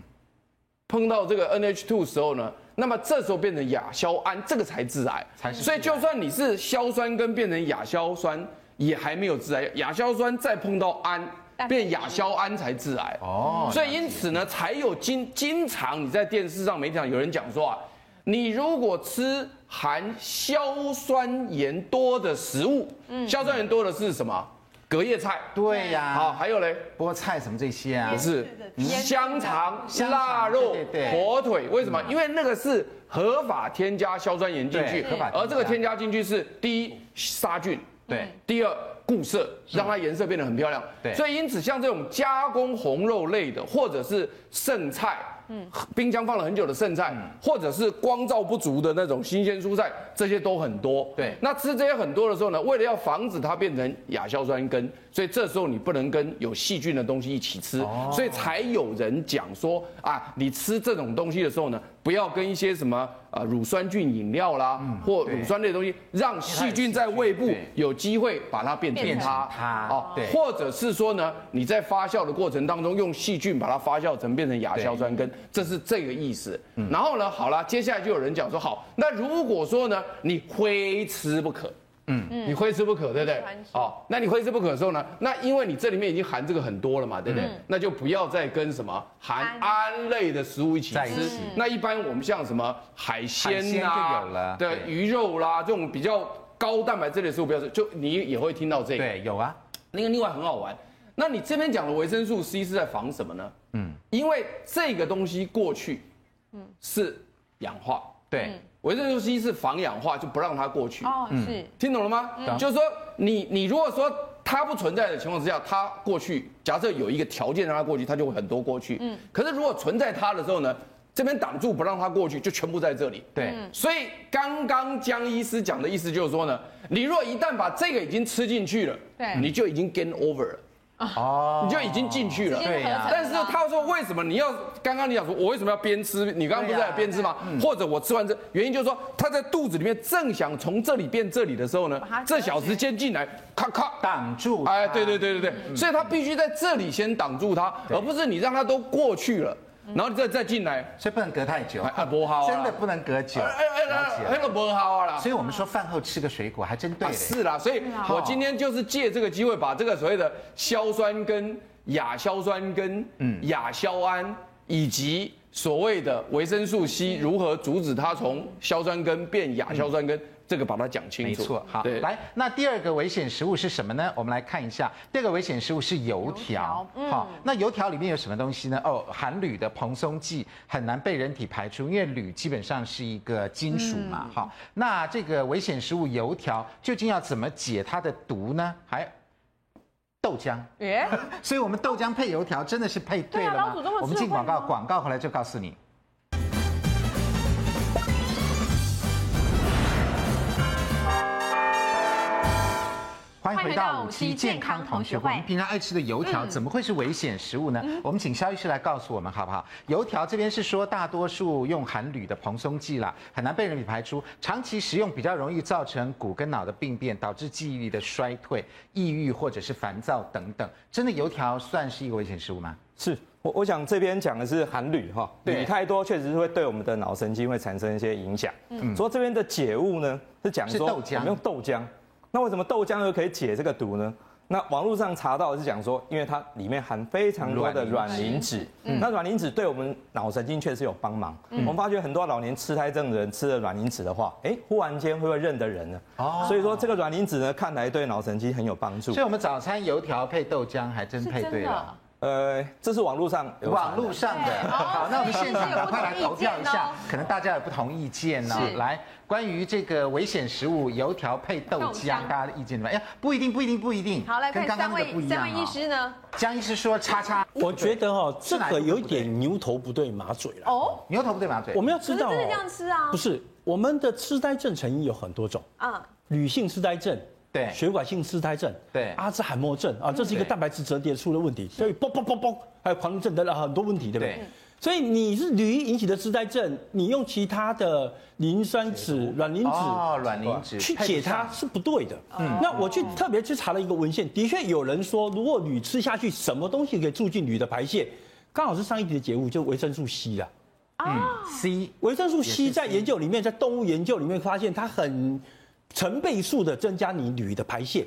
[SPEAKER 9] 碰到这个 NH2 时候呢，那么这时候变成亚硝胺，这个才致癌。
[SPEAKER 1] 才是致
[SPEAKER 9] 所
[SPEAKER 1] 癌
[SPEAKER 9] 以就算你是硝酸根变成亚硝酸，也还没有致癌。亚硝酸再碰到胺，变亚硝胺才致癌。
[SPEAKER 8] 嗯
[SPEAKER 1] 哦，
[SPEAKER 9] 所以因此呢，才有经经常你在电视上媒体上有人讲说啊，你如果吃含硝酸盐多的食物，硝酸盐多的是什么？隔夜菜。
[SPEAKER 1] 嗯对啊呀、
[SPEAKER 9] 好，还有嘞，
[SPEAKER 1] 菠菜什么这些啊，
[SPEAKER 9] 是香肠、
[SPEAKER 1] 香肠
[SPEAKER 9] 腊肉
[SPEAKER 1] 对嗯对对、
[SPEAKER 9] 火腿，为什么？因为那个是合法添加硝酸盐进去
[SPEAKER 1] 对合法添加，
[SPEAKER 8] 嗯
[SPEAKER 9] 而这个添加进去是第一杀菌，
[SPEAKER 1] 对，
[SPEAKER 9] 第二固色，让它颜色变得很漂亮。
[SPEAKER 1] 嗯对
[SPEAKER 9] 所以因此像这种加工红肉类的，或者是剩菜，嗯，冰箱放了很久的剩
[SPEAKER 1] 嗯
[SPEAKER 9] 菜，或者是光照不足的那种新鲜蔬菜，这些都很多。
[SPEAKER 1] 对
[SPEAKER 9] 那吃这些很多的时候呢，为了要防止它变成亚硝酸根，所以这时候你不能跟有细菌的东西一起吃，
[SPEAKER 1] 哦
[SPEAKER 9] 所以才有人讲说啊，你吃这种东西的时候呢，不要跟一些什么呃乳酸菌饮料啦，或
[SPEAKER 1] 嗯对
[SPEAKER 9] 乳酸类的东西，让细菌在胃部
[SPEAKER 1] 对
[SPEAKER 9] 有机会把它变成
[SPEAKER 1] 变成
[SPEAKER 9] 它
[SPEAKER 1] 它
[SPEAKER 9] 哦
[SPEAKER 1] 对
[SPEAKER 9] 或者是说呢，你在发酵的过程当中用细菌把它发酵成变成亚硝酸根，
[SPEAKER 1] 嗯
[SPEAKER 9] 这是这个意思。然后呢，好了，接下来就有人讲说，好，那如果说呢，你非吃不可。嗯，你非吃不可，对不对？哦，那你非吃不可的时候呢？那因为你这里面已经含这个很多了嘛，对
[SPEAKER 1] 嗯
[SPEAKER 9] 不对？那就不要再跟什么含胺类的食物一起
[SPEAKER 1] 在一
[SPEAKER 9] 吃
[SPEAKER 1] 起。
[SPEAKER 9] 那一般我们像什么海
[SPEAKER 1] 海
[SPEAKER 9] 鲜
[SPEAKER 1] 鲜
[SPEAKER 9] 啊
[SPEAKER 1] 就有了
[SPEAKER 9] 对
[SPEAKER 1] 对
[SPEAKER 9] 鱼肉啦，这种比较高蛋白质类的食物不要吃，就你也会听到这个。
[SPEAKER 1] 对，有啊，
[SPEAKER 9] 那个另外很好玩。那你这边讲的维生素 C 是在防什么呢？嗯，因为这个东西过去，嗯，是氧化，
[SPEAKER 1] 对，
[SPEAKER 8] 嗯
[SPEAKER 9] 维生素 C 是防氧化，就不让它过去。
[SPEAKER 6] 哦，是
[SPEAKER 9] 听懂了吗？就是说你你如果说它不存在的情况之下，它过去假设有一个条件让它过去，它就会很多过去。嗯，可是如果存在它的时候呢，这边挡住不让它过去，就全部在这里。
[SPEAKER 1] 对，
[SPEAKER 8] 嗯
[SPEAKER 9] 所以刚刚江医师讲的意思就是说呢，你若一旦把这个已经吃进去了，
[SPEAKER 6] 对
[SPEAKER 9] 你就已经 game over 了，
[SPEAKER 1] 哦
[SPEAKER 9] 你就已经进去了。
[SPEAKER 1] 对呀、
[SPEAKER 9] 但是他说为什么你要刚刚你讲说我为什么要边吃？你刚刚不是在边吃吗？或者我吃完这，原因就是说他在肚子里面正想从这里变这里的时候呢，这小时间进来，咔咔。
[SPEAKER 1] 挡住，
[SPEAKER 9] 哎，对对，对对对，所以他必须在这里先挡住它，而不是你让它都过去了，然后再再进来，
[SPEAKER 1] 所以不能隔太久，
[SPEAKER 9] 哎啊不好啊
[SPEAKER 1] 真的不能隔久，
[SPEAKER 9] 哎哎哎
[SPEAKER 1] 了解
[SPEAKER 9] 哎，那个不好啦
[SPEAKER 6] 啊
[SPEAKER 1] 所。以我们说饭后吃个水果还真对
[SPEAKER 9] 啊
[SPEAKER 1] 嘞，
[SPEAKER 9] 是啦，所以我今天就是借这个机会，把这个所谓的硝酸根、亚硝酸根、嗯、亚硝胺以及所谓的维生素 C 如何阻止它从硝酸根变亚硝酸根，这个把它讲清楚。
[SPEAKER 1] 没错，好，
[SPEAKER 9] 对，
[SPEAKER 1] 来，那第二个危险食物是什么呢？我们来看一下，第二个危险食物是油条。
[SPEAKER 6] 嗯
[SPEAKER 1] 好，那油条里面有什么东西呢？哦，含铝的蓬松剂很难被人体排出，因为铝基本上是一个金属嘛。
[SPEAKER 6] 嗯
[SPEAKER 1] 好，那这个危险食物油条究竟要怎么解它的毒呢？还豆浆，
[SPEAKER 3] 嗯
[SPEAKER 6] 耶，
[SPEAKER 1] 所以我们豆浆配油条真的是配对了
[SPEAKER 6] 对啊
[SPEAKER 1] 吗
[SPEAKER 6] 老祖宗？的
[SPEAKER 1] 我们
[SPEAKER 6] 智慧
[SPEAKER 1] 进广告，
[SPEAKER 6] 吗
[SPEAKER 1] 广告回来就告诉你。欢迎回到五期健康同学会。嗯我们平常爱吃的油条怎么会是危险食物呢？我们请肖医师来告诉我们好不好？油条这边是说大多数用含铝的蓬松剂啦，很难被人体排出，长期食用比较容易造成骨跟脑的病变，导致记忆力的衰退、抑郁或者是烦躁等等。真的油条算是一个危险食物吗？
[SPEAKER 5] 是我我想这边讲的是含铝哈，
[SPEAKER 1] 对
[SPEAKER 5] 铝太多确实是会对我们的脑神经会产生一些影响。嗯，所以这边的解物呢是讲
[SPEAKER 1] 是
[SPEAKER 5] 说
[SPEAKER 1] 豆浆
[SPEAKER 5] 我们用豆浆，那为什么豆浆又可以解这个毒呢？那网络上查到的是讲说，因为它里面含非常多的
[SPEAKER 1] 卵
[SPEAKER 5] 软磷脂，
[SPEAKER 1] 嗯
[SPEAKER 5] 嗯那软磷脂对我们脑神经确实有帮忙。我们发觉很多老年痴呆症的人吃了软磷脂的话，哎，忽然间会不会认得人呢？
[SPEAKER 1] 哦
[SPEAKER 5] 哦，所以说这个软磷脂呢，看来对脑神经很有帮助
[SPEAKER 1] 所以。我们早餐油条配豆浆还真配对啊了。
[SPEAKER 5] 呃，这是网络上有查
[SPEAKER 1] 网
[SPEAKER 5] 的
[SPEAKER 1] 络上的，
[SPEAKER 6] 哦
[SPEAKER 1] 好，那我们现场赶快来投票一下，可能大家有不同意见呢、来，关于这个危险食物油条配豆
[SPEAKER 6] 豆
[SPEAKER 1] 浆，
[SPEAKER 6] 浆
[SPEAKER 1] 大家的意见怎么样？哎呀，不一定，不一定，不一定。
[SPEAKER 6] 好，来
[SPEAKER 1] 跟
[SPEAKER 6] 看
[SPEAKER 1] 刚刚
[SPEAKER 6] 三
[SPEAKER 1] 那个
[SPEAKER 6] 位
[SPEAKER 1] 不一
[SPEAKER 6] 三
[SPEAKER 1] 样
[SPEAKER 6] 位医
[SPEAKER 1] 啊、
[SPEAKER 6] 师呢？
[SPEAKER 1] 江医师说叉叉，
[SPEAKER 4] 我觉得哦，
[SPEAKER 1] 是
[SPEAKER 4] 这
[SPEAKER 1] 哪一
[SPEAKER 4] 个
[SPEAKER 1] 个
[SPEAKER 4] 有
[SPEAKER 1] 不
[SPEAKER 4] 一
[SPEAKER 1] 对
[SPEAKER 4] 点牛头不对马嘴了。
[SPEAKER 6] 哦，
[SPEAKER 1] 牛头不对马嘴。
[SPEAKER 4] 我们要知道、哦
[SPEAKER 6] 可是真的这样吃啊
[SPEAKER 4] 不是我们的痴呆症成因有很多种，
[SPEAKER 6] 啊，
[SPEAKER 4] 女性痴呆症。
[SPEAKER 1] 对
[SPEAKER 4] 血管性痴呆症，
[SPEAKER 1] 对
[SPEAKER 4] 阿兹海默症啊，这是一个
[SPEAKER 1] 对
[SPEAKER 4] 蛋白质折叠出的
[SPEAKER 6] 嗯
[SPEAKER 4] 问题，所以嘣嘣嘣嘣，还有狂怒症等等很多问题，对不对
[SPEAKER 1] 对？
[SPEAKER 4] 所以你是铝引起的痴呆症，你用其他的磷酸酯、软磷
[SPEAKER 1] 哦
[SPEAKER 4] �脂
[SPEAKER 1] 软磷脂
[SPEAKER 4] 去
[SPEAKER 1] 配不
[SPEAKER 4] 解它
[SPEAKER 1] 上
[SPEAKER 4] 是不对的。
[SPEAKER 6] 哦
[SPEAKER 4] 嗯，那我去特别去查了一个文献，的确有人说，如果铝吃下去，什么东西可以促进铝的排泄？刚好是上一集的节目，就维生素 C 啦。
[SPEAKER 1] 嗯，C
[SPEAKER 4] 维生素
[SPEAKER 1] 嗯
[SPEAKER 4] C 在研究里面，在动物研究里面发现，它很成倍数的增加你铝的排泄，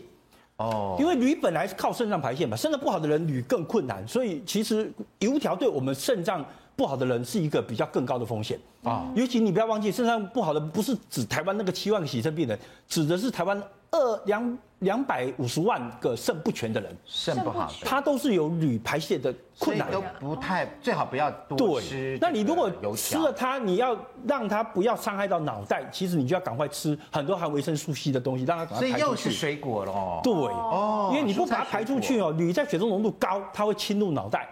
[SPEAKER 1] 哦，
[SPEAKER 4] 因为铝本来是靠肾脏排泄嘛，肾脏不好的人铝更困难，所以其实油条对我们肾脏不好的人是一个比较更高的风险
[SPEAKER 1] 哦
[SPEAKER 4] 啊。尤其你不要忘记，肾脏不好的不是指台湾那个七万个洗肾病人，指的是台湾二两两百五十万个肾不全的人，
[SPEAKER 1] 肾不好的，
[SPEAKER 4] 他都是有铝排泄的
[SPEAKER 1] 所
[SPEAKER 4] 困
[SPEAKER 1] 以
[SPEAKER 4] 难
[SPEAKER 1] 都
[SPEAKER 6] 哦
[SPEAKER 1] 不太最好不要多吃这个油
[SPEAKER 4] 对，
[SPEAKER 1] 条。
[SPEAKER 4] 那你如果吃了它，你要让它不要伤害到脑袋，其实你就要赶快吃很多含维生素 C 的东西，让它赶
[SPEAKER 1] 所
[SPEAKER 4] 快
[SPEAKER 1] 以
[SPEAKER 4] 排
[SPEAKER 1] 又
[SPEAKER 4] 出
[SPEAKER 1] 是
[SPEAKER 4] 去。
[SPEAKER 1] 水果喽。
[SPEAKER 4] 对，
[SPEAKER 1] 哦
[SPEAKER 4] 因为你不把它
[SPEAKER 1] 蔬菜
[SPEAKER 4] 排出去哦，铝在血中浓度高，它会侵入脑袋，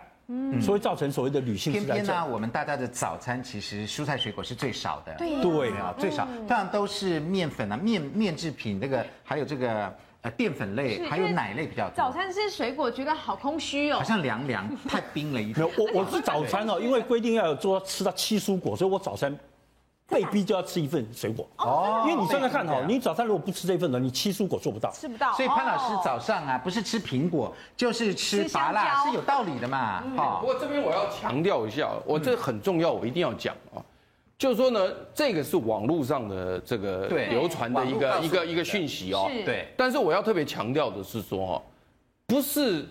[SPEAKER 4] 所以造成所谓的铝性
[SPEAKER 1] 偏
[SPEAKER 4] 痴呆
[SPEAKER 1] 偏呢、
[SPEAKER 4] 症。
[SPEAKER 1] 我们大家的早餐其实蔬菜水果是最少的，对
[SPEAKER 4] 对
[SPEAKER 1] 啊，最少，
[SPEAKER 6] 嗯
[SPEAKER 1] 通常都是面粉啊、面面制品这个，还有这个呃淀粉类，
[SPEAKER 6] 是
[SPEAKER 1] 还有奶类比较多。
[SPEAKER 6] 早餐吃水果觉得好空虚哦
[SPEAKER 1] 好。像凉凉，
[SPEAKER 6] [laughs]
[SPEAKER 1] 太冰了一
[SPEAKER 4] 没
[SPEAKER 1] 点
[SPEAKER 4] 有，。
[SPEAKER 1] [laughs]
[SPEAKER 4] 我我是早餐哦，因为规定要有做吃到七蔬果，所以我早餐被逼就要吃一份水果。
[SPEAKER 1] 哦
[SPEAKER 4] 因为你算算看
[SPEAKER 1] 对
[SPEAKER 4] 哦
[SPEAKER 1] 啊，
[SPEAKER 4] 你早餐如果不吃这份呢，你七蔬果做不到。
[SPEAKER 6] 吃不到，
[SPEAKER 1] 所以潘老师
[SPEAKER 6] 哦
[SPEAKER 1] 早上啊，不是吃苹果，就是吃
[SPEAKER 6] 吃香
[SPEAKER 1] 芭辣，
[SPEAKER 6] 蕉嗯
[SPEAKER 1] 是有道理的嘛。哈
[SPEAKER 9] 不，过这边我要强调一下，我这很重要，我一定要讲啊。就是说呢，这个是网络上的这个
[SPEAKER 1] 对
[SPEAKER 9] 流传的一
[SPEAKER 1] 网络告
[SPEAKER 9] 个
[SPEAKER 1] 诉
[SPEAKER 9] 一
[SPEAKER 1] 我
[SPEAKER 9] 个
[SPEAKER 1] 们
[SPEAKER 9] 一个讯息哦。
[SPEAKER 6] 是
[SPEAKER 1] 对，
[SPEAKER 9] 但是我要特别强调的是说，哈，不是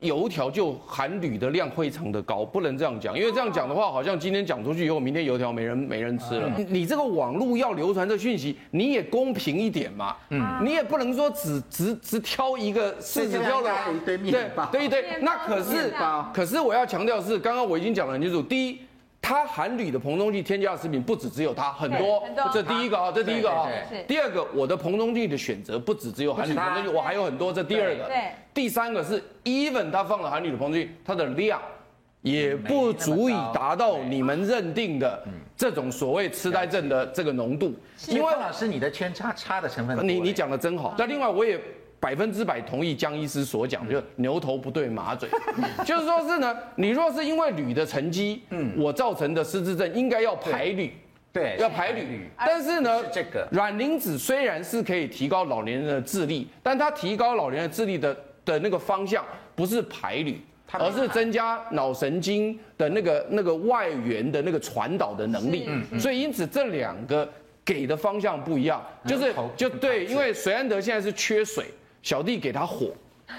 [SPEAKER 9] 油条就含铝的量非常的高，不能这样讲，因为这样讲的话，好像今天讲出去以后，明天油条没人没人吃了。
[SPEAKER 1] 嗯
[SPEAKER 9] 你你这个网络要流传这讯息，你也公平一点嘛，嗯，你也不能说只只只挑一个
[SPEAKER 1] 所
[SPEAKER 9] 是
[SPEAKER 1] 以
[SPEAKER 9] 只
[SPEAKER 1] 这
[SPEAKER 9] 挑
[SPEAKER 1] 样
[SPEAKER 9] 了
[SPEAKER 1] 大家有一堆面包
[SPEAKER 9] 对对对
[SPEAKER 6] 面，包
[SPEAKER 9] 那可是
[SPEAKER 6] 面包
[SPEAKER 9] 可是我要强调的是，刚刚我已经讲得很清楚，第一。它含铝的膨胀剂添加的食品不止只有它，很多
[SPEAKER 6] 对很多，
[SPEAKER 9] 这第一个啊，这第一个啊
[SPEAKER 1] 对对
[SPEAKER 6] 对是。
[SPEAKER 9] 第二个，我的膨胀剂的选择不止只有含铝
[SPEAKER 1] 不止
[SPEAKER 9] 膨
[SPEAKER 1] 它
[SPEAKER 9] 胀剂，我还有很多，这第二个。
[SPEAKER 6] 对
[SPEAKER 9] 第三个是，even 它放了含铝的膨胀剂，它的量也不足以达到你们认定的这种所谓痴呆症的这个浓度，
[SPEAKER 1] 因为潘老师你的圈叉叉的成分很多哎
[SPEAKER 9] 你你讲的真好。那另外我也百分之百同意江医师所讲，就是牛头不对马嘴，就是说是呢，你若是因为铝的沉积，嗯，我造成的失智症应该要排铝。
[SPEAKER 1] 对
[SPEAKER 9] 要排铝，但是呢
[SPEAKER 1] 是，这个
[SPEAKER 9] 卵磷脂虽然是可以提高老年人的智力，但它提高老年人的智力的的那个方向不是排铝，
[SPEAKER 1] 它没
[SPEAKER 9] 而是增加脑神经的那个那个外源的那个传导的能力。
[SPEAKER 1] 嗯
[SPEAKER 9] 所以因此这两个给的方向不一样，就是
[SPEAKER 1] 头
[SPEAKER 9] 就对，因为水安德现在是缺水，小弟给他火。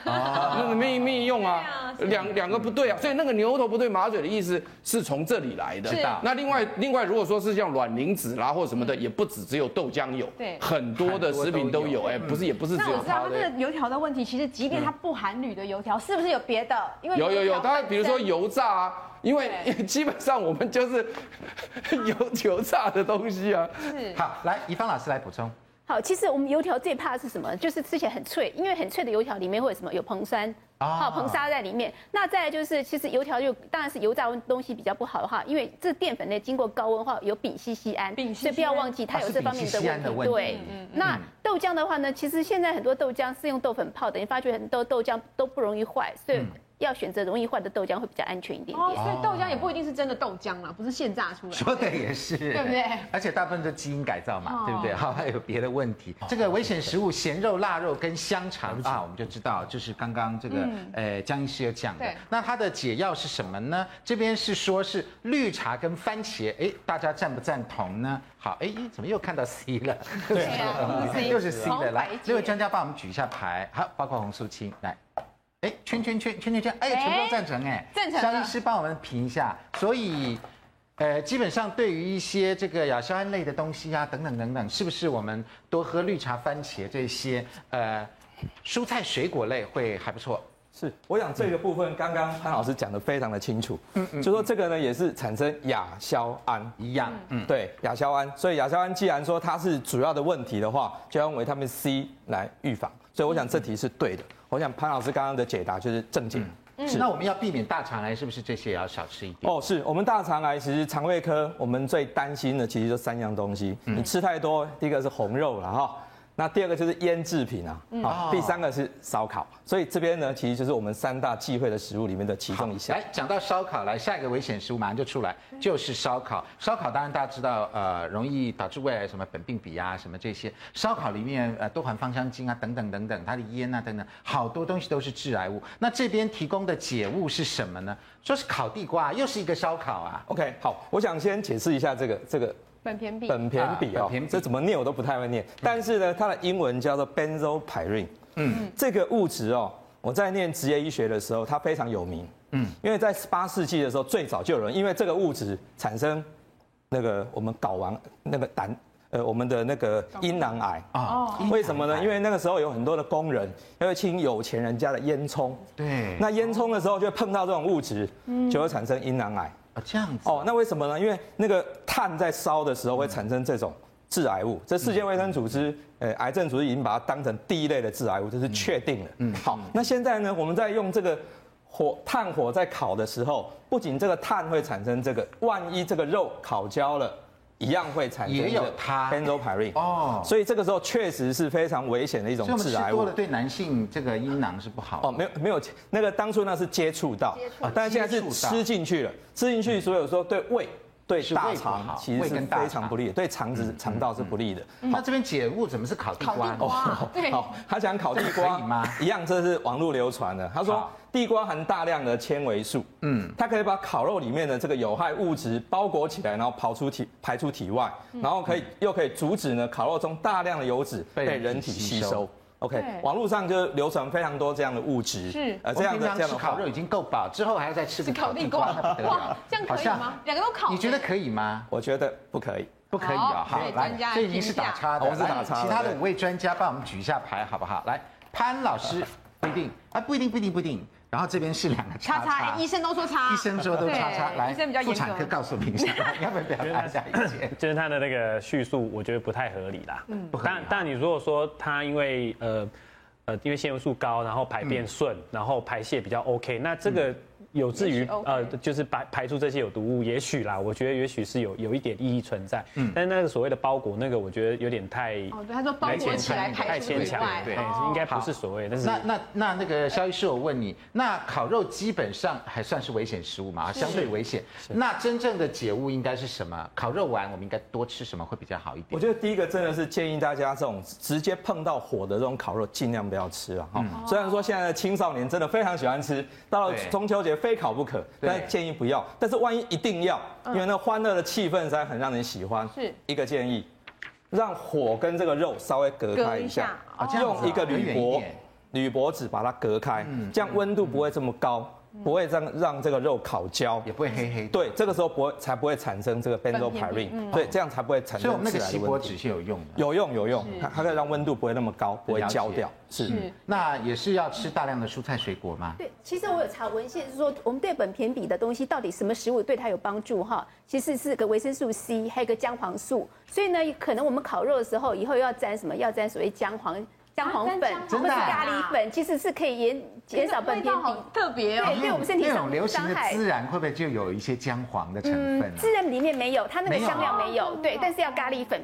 [SPEAKER 9] 那没没用啊，两两个不对啊，所以那个牛头不对马嘴的意思是从这里来的
[SPEAKER 6] 是。
[SPEAKER 9] 那另外另外，如果说是像卵磷脂啦或什么的，也不只只有豆浆有，
[SPEAKER 6] 嗯对
[SPEAKER 9] 很多的食品都有，哎，不是也不是只
[SPEAKER 6] 那
[SPEAKER 9] 有
[SPEAKER 6] 我知道
[SPEAKER 9] 它
[SPEAKER 6] 它
[SPEAKER 9] 的
[SPEAKER 6] 这。个油条的问题，其实即便它不含铝的油条，是不是有别的？因为
[SPEAKER 9] 有有有，
[SPEAKER 6] 油条本
[SPEAKER 9] 它
[SPEAKER 6] 身
[SPEAKER 9] 比如说油炸啊，因为 [laughs] 基本上我们就是 [laughs] 油油炸的东西啊，
[SPEAKER 6] 是
[SPEAKER 1] 好，来怡芳老师来补充，
[SPEAKER 8] 好，其实我们油条最怕的是什么？就是吃起来很脆，因为很脆的油条里面会有什么？有硼酸。
[SPEAKER 1] 啊
[SPEAKER 8] 好，硼砂在里面。那再来就是，其实油条就当然是油炸东西比较不好的话，因为这淀粉类经过高温的话有丙烯酰胺，
[SPEAKER 6] 丙烯酰胺嗯
[SPEAKER 8] 所以不要忘记它有这方面
[SPEAKER 1] 啊是丙烯酰胺的
[SPEAKER 8] 的
[SPEAKER 1] 问
[SPEAKER 8] 问
[SPEAKER 1] 题
[SPEAKER 8] 题。对，那豆浆的话呢，其实现在很多豆浆是用豆粉泡的，你发觉很多豆浆都不容易坏，所
[SPEAKER 1] 嗯
[SPEAKER 8] 以要选择容易坏的豆浆会比较安全一点点。
[SPEAKER 6] 哦，所以豆浆也不一定是真的豆浆啦，不是现榨出来的。
[SPEAKER 1] 说的也是，对
[SPEAKER 6] 不对
[SPEAKER 1] 而且大部分都基因改造嘛，
[SPEAKER 6] 哦
[SPEAKER 1] 对不 [laughs] 对？好，还有别的问题。这个危险食物咸肉、腊肉跟香肠啊，我们就知道，就是刚刚这个、呃江医师有讲的
[SPEAKER 6] 嗯对。
[SPEAKER 1] 那它的解药是什么呢？这边是说是绿茶跟番茄，哎，大家赞不赞同呢？好，哎，怎么又看到 C 了？对
[SPEAKER 6] 啊 C
[SPEAKER 1] 又是 C 的。来
[SPEAKER 6] 红白，戒
[SPEAKER 1] 六位专家帮我们举一下牌，好，包括洪素清来。哎，圈圈圈圈圈圈，哎，全部都赞成哎，
[SPEAKER 6] 赞成了
[SPEAKER 1] 江医师帮我们评一下，所以，呃，基本上对于一些这个亚硝胺类的东西啊，等等等等，是不是我们多喝绿茶、番茄这些呃蔬菜水果类会还不错？
[SPEAKER 5] 是，我想这个部分刚刚潘老师讲的非常的清楚，嗯嗯，就说这个呢也是产生亚硝胺，
[SPEAKER 1] 一样，嗯，
[SPEAKER 5] 对亚硝胺，所以亚硝胺既然说它是主要的问题的话，就要用维他命 C 来预防，所以我想这题是对的。我想潘老师刚刚的解答就是正解。
[SPEAKER 1] 是。那我们要避免大肠癌，是不是这些也要少吃一点？
[SPEAKER 5] 哦，是我们大肠癌，其实肠胃科我们最担心的其实就三样东西，
[SPEAKER 1] 嗯
[SPEAKER 5] 你吃太多，第一个是红肉了哈。那第二个就是腌制品啊，
[SPEAKER 1] 嗯哦
[SPEAKER 5] 好、第三个是烧烤，所以这边呢，其实就是我们三大忌讳的食物里面的其中一项
[SPEAKER 1] 来。哎讲嗯到烧烤，来下一个危险食物马上就出来，就是烧烤。烧烤当然大家知道，呃，容易导致胃癌什么苯并芘啊，什么这些。烧烤里面呃多环芳香烃啊，等等等等，它的烟啊等等，好多东西都是致癌物。那这边提供的解物是什么呢？说是烤地瓜，又是一个烧烤啊。
[SPEAKER 5] OK，好，我想先解释一下这个这个
[SPEAKER 6] 本片币
[SPEAKER 5] 苯偏比
[SPEAKER 1] 啊苯
[SPEAKER 5] 哦
[SPEAKER 1] 偏比，嗯
[SPEAKER 5] 这怎么念我都不太会念。但是呢，它的英文叫做 benzopyrene，嗯，这个物质哦，我在念职业医学的时候，它非常有名。嗯，因为在十八世纪的时候，最早就有人因为这个物质产生那个我们睾丸那个胆呃我们的那个阴囊癌
[SPEAKER 1] 啊，
[SPEAKER 5] 为什么呢？因为那个时候有很多的工人要去清有钱人家的烟囱，
[SPEAKER 1] 对，
[SPEAKER 5] 那烟囱的时候就会碰到这种物质，就会产生阴囊癌。
[SPEAKER 1] 啊这样子
[SPEAKER 5] 哦，那为什么呢？因为那个碳在烧的时候会产生这种致癌物，这世界卫生组
[SPEAKER 1] 嗯
[SPEAKER 5] 织，呃，癌症组织已经把它当成第一类的致癌物，这是确定的。嗯，好，那现在呢，我们在用这个火炭火在烤的时候，不仅这个碳会产生这个，万一这个肉烤焦了。一样会产生
[SPEAKER 1] 也有它
[SPEAKER 5] b e n z o p y r e n
[SPEAKER 1] 哦
[SPEAKER 5] 哦，所以这个时候确实是非常危险的一种
[SPEAKER 1] 所以我们
[SPEAKER 5] 致
[SPEAKER 1] 吃
[SPEAKER 5] 癌
[SPEAKER 1] 多
[SPEAKER 5] 物
[SPEAKER 1] 了。对男性这个阴囊是不好的
[SPEAKER 5] 哦，没有没有，那个当初那是接触到，啊但是现在是
[SPEAKER 1] 接触到
[SPEAKER 5] 吃进去了，吃进去，所以说对胃、对
[SPEAKER 1] 是胃
[SPEAKER 5] 大
[SPEAKER 1] 不好
[SPEAKER 5] 肠其实
[SPEAKER 1] 胃
[SPEAKER 5] 是
[SPEAKER 1] 跟大
[SPEAKER 5] 非常
[SPEAKER 1] 肠嗯
[SPEAKER 5] 不利的，对肠子、肠道是不利的。
[SPEAKER 1] 那这边解物怎么是嗯烤地瓜？
[SPEAKER 5] 哦，好，他讲烤地
[SPEAKER 1] 这个
[SPEAKER 5] 瓜
[SPEAKER 1] 可以吗
[SPEAKER 5] 一样，这是网络流传的。他说
[SPEAKER 1] 好
[SPEAKER 5] 地瓜含大量的纤维素，嗯，它可以把烤肉里面的这个有害物质包裹起来，然后刨出体排出体外，
[SPEAKER 1] 嗯
[SPEAKER 5] 然后可以又可以阻止呢烤肉中大量的油脂
[SPEAKER 1] 被
[SPEAKER 5] 被
[SPEAKER 1] 人
[SPEAKER 5] 人
[SPEAKER 1] 体
[SPEAKER 5] 体
[SPEAKER 1] 吸
[SPEAKER 5] 吸
[SPEAKER 1] 收
[SPEAKER 5] 收。OK，
[SPEAKER 6] 对
[SPEAKER 5] 网络上就流传非常多这样的物质，
[SPEAKER 6] 是
[SPEAKER 5] 呃
[SPEAKER 1] 我
[SPEAKER 5] 这
[SPEAKER 1] 们平
[SPEAKER 5] 样的
[SPEAKER 1] 常
[SPEAKER 5] 这样
[SPEAKER 1] 吃
[SPEAKER 5] 的
[SPEAKER 1] 烤
[SPEAKER 5] 话
[SPEAKER 1] 肉已经够饱，之后还要再吃个
[SPEAKER 6] 烤
[SPEAKER 1] 烤
[SPEAKER 6] 地
[SPEAKER 1] 地
[SPEAKER 6] 瓜
[SPEAKER 1] 瓜，那不得了
[SPEAKER 6] 哇，这样可以吗？两个都烤，
[SPEAKER 1] 你觉得可以吗？
[SPEAKER 5] 我觉得不可以。
[SPEAKER 1] 不可以啊！
[SPEAKER 6] 好
[SPEAKER 1] 好，
[SPEAKER 6] 对专家
[SPEAKER 1] 来，这已经是打叉的，
[SPEAKER 5] 评价
[SPEAKER 1] 来
[SPEAKER 5] 哦我是打叉的
[SPEAKER 1] 其他的
[SPEAKER 5] 对
[SPEAKER 1] 五位专家帮我们举一下牌，好不好？来，潘老师不一定啊，不一定，不一定，不一定。然后这边是两个
[SPEAKER 6] 叉
[SPEAKER 1] 叉
[SPEAKER 6] 叉？医生都说叉，
[SPEAKER 1] 医生说都叉叉，
[SPEAKER 6] 对
[SPEAKER 1] 来，
[SPEAKER 6] 医生比较
[SPEAKER 1] 妇
[SPEAKER 6] 严
[SPEAKER 1] 产科
[SPEAKER 6] 格。
[SPEAKER 1] 告诉评审，你 [laughs] 要不要表达一下意见？
[SPEAKER 7] 就是他的那个叙述，我觉得不太合理啦。嗯，但但你如果说他因为呃呃因为纤维素高，然后排便顺，然后排泄比较 OK，那这个有至
[SPEAKER 6] 也
[SPEAKER 7] 于
[SPEAKER 6] 许 OK
[SPEAKER 7] 呃就是排排出这些有毒物，也许啦，我觉得也许是有有一点意义存在。嗯，但是那个所谓的包裹那个，我觉得有点太
[SPEAKER 6] 哦，对，他说包裹起来排
[SPEAKER 7] 太
[SPEAKER 6] 出
[SPEAKER 7] 牵
[SPEAKER 6] 体
[SPEAKER 7] 强
[SPEAKER 6] 外
[SPEAKER 7] 了，，对，应该不是所谓，但是
[SPEAKER 1] 那那那那个肖医师，我问你，那烤肉基本上还算是危险食物嘛？相对危险。那真正的解物应该是什么？烤肉完我们应该多吃什么会比较好一
[SPEAKER 5] 我
[SPEAKER 1] 点？
[SPEAKER 5] 觉得第一个真的是建议大家这种直接碰到火的这种烤肉，尽量不要吃啊。哈，虽然说现在的青少年真的非常喜欢吃，到
[SPEAKER 1] 嗯
[SPEAKER 5] 了
[SPEAKER 1] 对
[SPEAKER 5] 中秋节非烤不可，
[SPEAKER 1] 对
[SPEAKER 5] 但建议不要。但是万一一定要，
[SPEAKER 1] 嗯
[SPEAKER 5] 因为那欢乐的气氛实在很让人喜欢。
[SPEAKER 6] 是
[SPEAKER 5] 一个建议，让火跟这个肉稍微隔开一下，
[SPEAKER 1] 隔一下哦
[SPEAKER 5] 用一个铝
[SPEAKER 1] 隔远一
[SPEAKER 5] 箔
[SPEAKER 1] 点嗯
[SPEAKER 5] 铝箔纸把它隔开，这样温度不会这么高，不会让让这个肉烤焦
[SPEAKER 1] 也。不会黑黑的。
[SPEAKER 5] 对，这个时候不会才不会产生这个 benzopyrene，、对，
[SPEAKER 1] 嗯
[SPEAKER 5] 这样才不会产
[SPEAKER 1] 所
[SPEAKER 5] 生
[SPEAKER 1] 以我们那
[SPEAKER 5] 致
[SPEAKER 1] 个
[SPEAKER 5] 癌
[SPEAKER 1] 锡
[SPEAKER 5] 的
[SPEAKER 1] 箔
[SPEAKER 5] 问题
[SPEAKER 1] 纸是有用的。
[SPEAKER 5] 有用有用，它它可以让温度不会那么高，不会
[SPEAKER 1] 了解
[SPEAKER 5] 焦掉。是
[SPEAKER 6] 是
[SPEAKER 1] 那也是要吃大量的蔬菜水果吗？
[SPEAKER 8] 对，其实我有查文献，是说我们对苯偏比的东西到底什么食物对它有帮助哈？其实是个维生素 C，还有一个姜黄素。所以呢，可能我们烤肉的时候，以后要沾什么？要沾所谓姜黄姜黄粉，
[SPEAKER 6] 啊
[SPEAKER 8] 或
[SPEAKER 1] 沾姜黄
[SPEAKER 8] 是
[SPEAKER 1] 粉啊
[SPEAKER 8] 咖喱粉，其实是可以减减少苯
[SPEAKER 6] 味
[SPEAKER 8] 偏
[SPEAKER 6] 道
[SPEAKER 8] 比
[SPEAKER 6] 好。特别
[SPEAKER 1] 哎
[SPEAKER 6] 哦，
[SPEAKER 8] 对对我们身体
[SPEAKER 1] 那
[SPEAKER 8] 上
[SPEAKER 1] 种流行的
[SPEAKER 8] 伤害嗯
[SPEAKER 1] 孜然会不会就有一些姜黄的成分啊？
[SPEAKER 8] 孜然里面没有，它那
[SPEAKER 1] 没
[SPEAKER 8] 个
[SPEAKER 1] 有啊
[SPEAKER 8] 香料没有，对，但是要咖喱粉，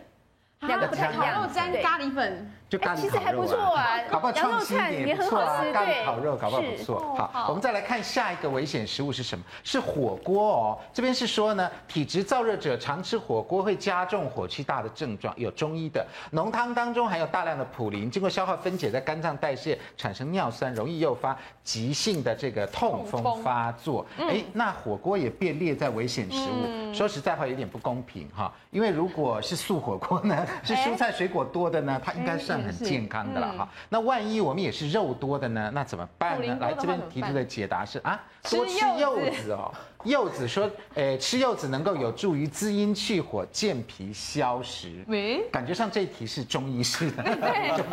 [SPEAKER 8] 两个不太
[SPEAKER 1] 啊
[SPEAKER 8] 一
[SPEAKER 6] 烤
[SPEAKER 8] 样
[SPEAKER 6] 肉。沾
[SPEAKER 8] 对
[SPEAKER 6] 咖喱粉，
[SPEAKER 1] 就咖喱
[SPEAKER 8] 哎其实还
[SPEAKER 1] 烤肉
[SPEAKER 8] 不错啊
[SPEAKER 1] 搞不好
[SPEAKER 8] 羊
[SPEAKER 1] 创
[SPEAKER 8] 肉
[SPEAKER 1] 新一
[SPEAKER 8] 串
[SPEAKER 1] 点
[SPEAKER 8] 也
[SPEAKER 1] 不
[SPEAKER 8] 很
[SPEAKER 1] 错
[SPEAKER 8] 好
[SPEAKER 1] 啊
[SPEAKER 8] 吃
[SPEAKER 1] 咖喱
[SPEAKER 8] 对
[SPEAKER 1] 烤肉搞不好不
[SPEAKER 8] 是
[SPEAKER 1] 错。啊好，我们再来看下一个危险食物是什么？是火锅哦。这边是说呢，体质燥热者常吃火锅会加重火气大的症状，有中医的。浓汤当中含有大量的普林，经过消化分解在肝脏代谢，产生尿酸，容易诱发急性的这个痛风发作。哎，那火锅也被列在危险食物，说实在话有点不公平哈，因为如果是素火锅呢，是蔬菜水果多的呢，它应该算很健康的了哈。那万一我们也是肉多的呢，那怎么办
[SPEAKER 6] 普
[SPEAKER 1] 呢
[SPEAKER 6] 林？多
[SPEAKER 1] 来
[SPEAKER 6] 的话
[SPEAKER 1] 这边
[SPEAKER 6] 怎么
[SPEAKER 1] 提出
[SPEAKER 6] 办
[SPEAKER 1] 的解答是啊，
[SPEAKER 6] 吃
[SPEAKER 1] 多吃
[SPEAKER 6] 柚
[SPEAKER 1] 柚
[SPEAKER 6] 子
[SPEAKER 1] 子哦。柚子说，诶，吃柚子能够有助于滋阴去火、健脾消食。
[SPEAKER 6] 喂，
[SPEAKER 1] 感觉上这一题是中医式的， [laughs] 中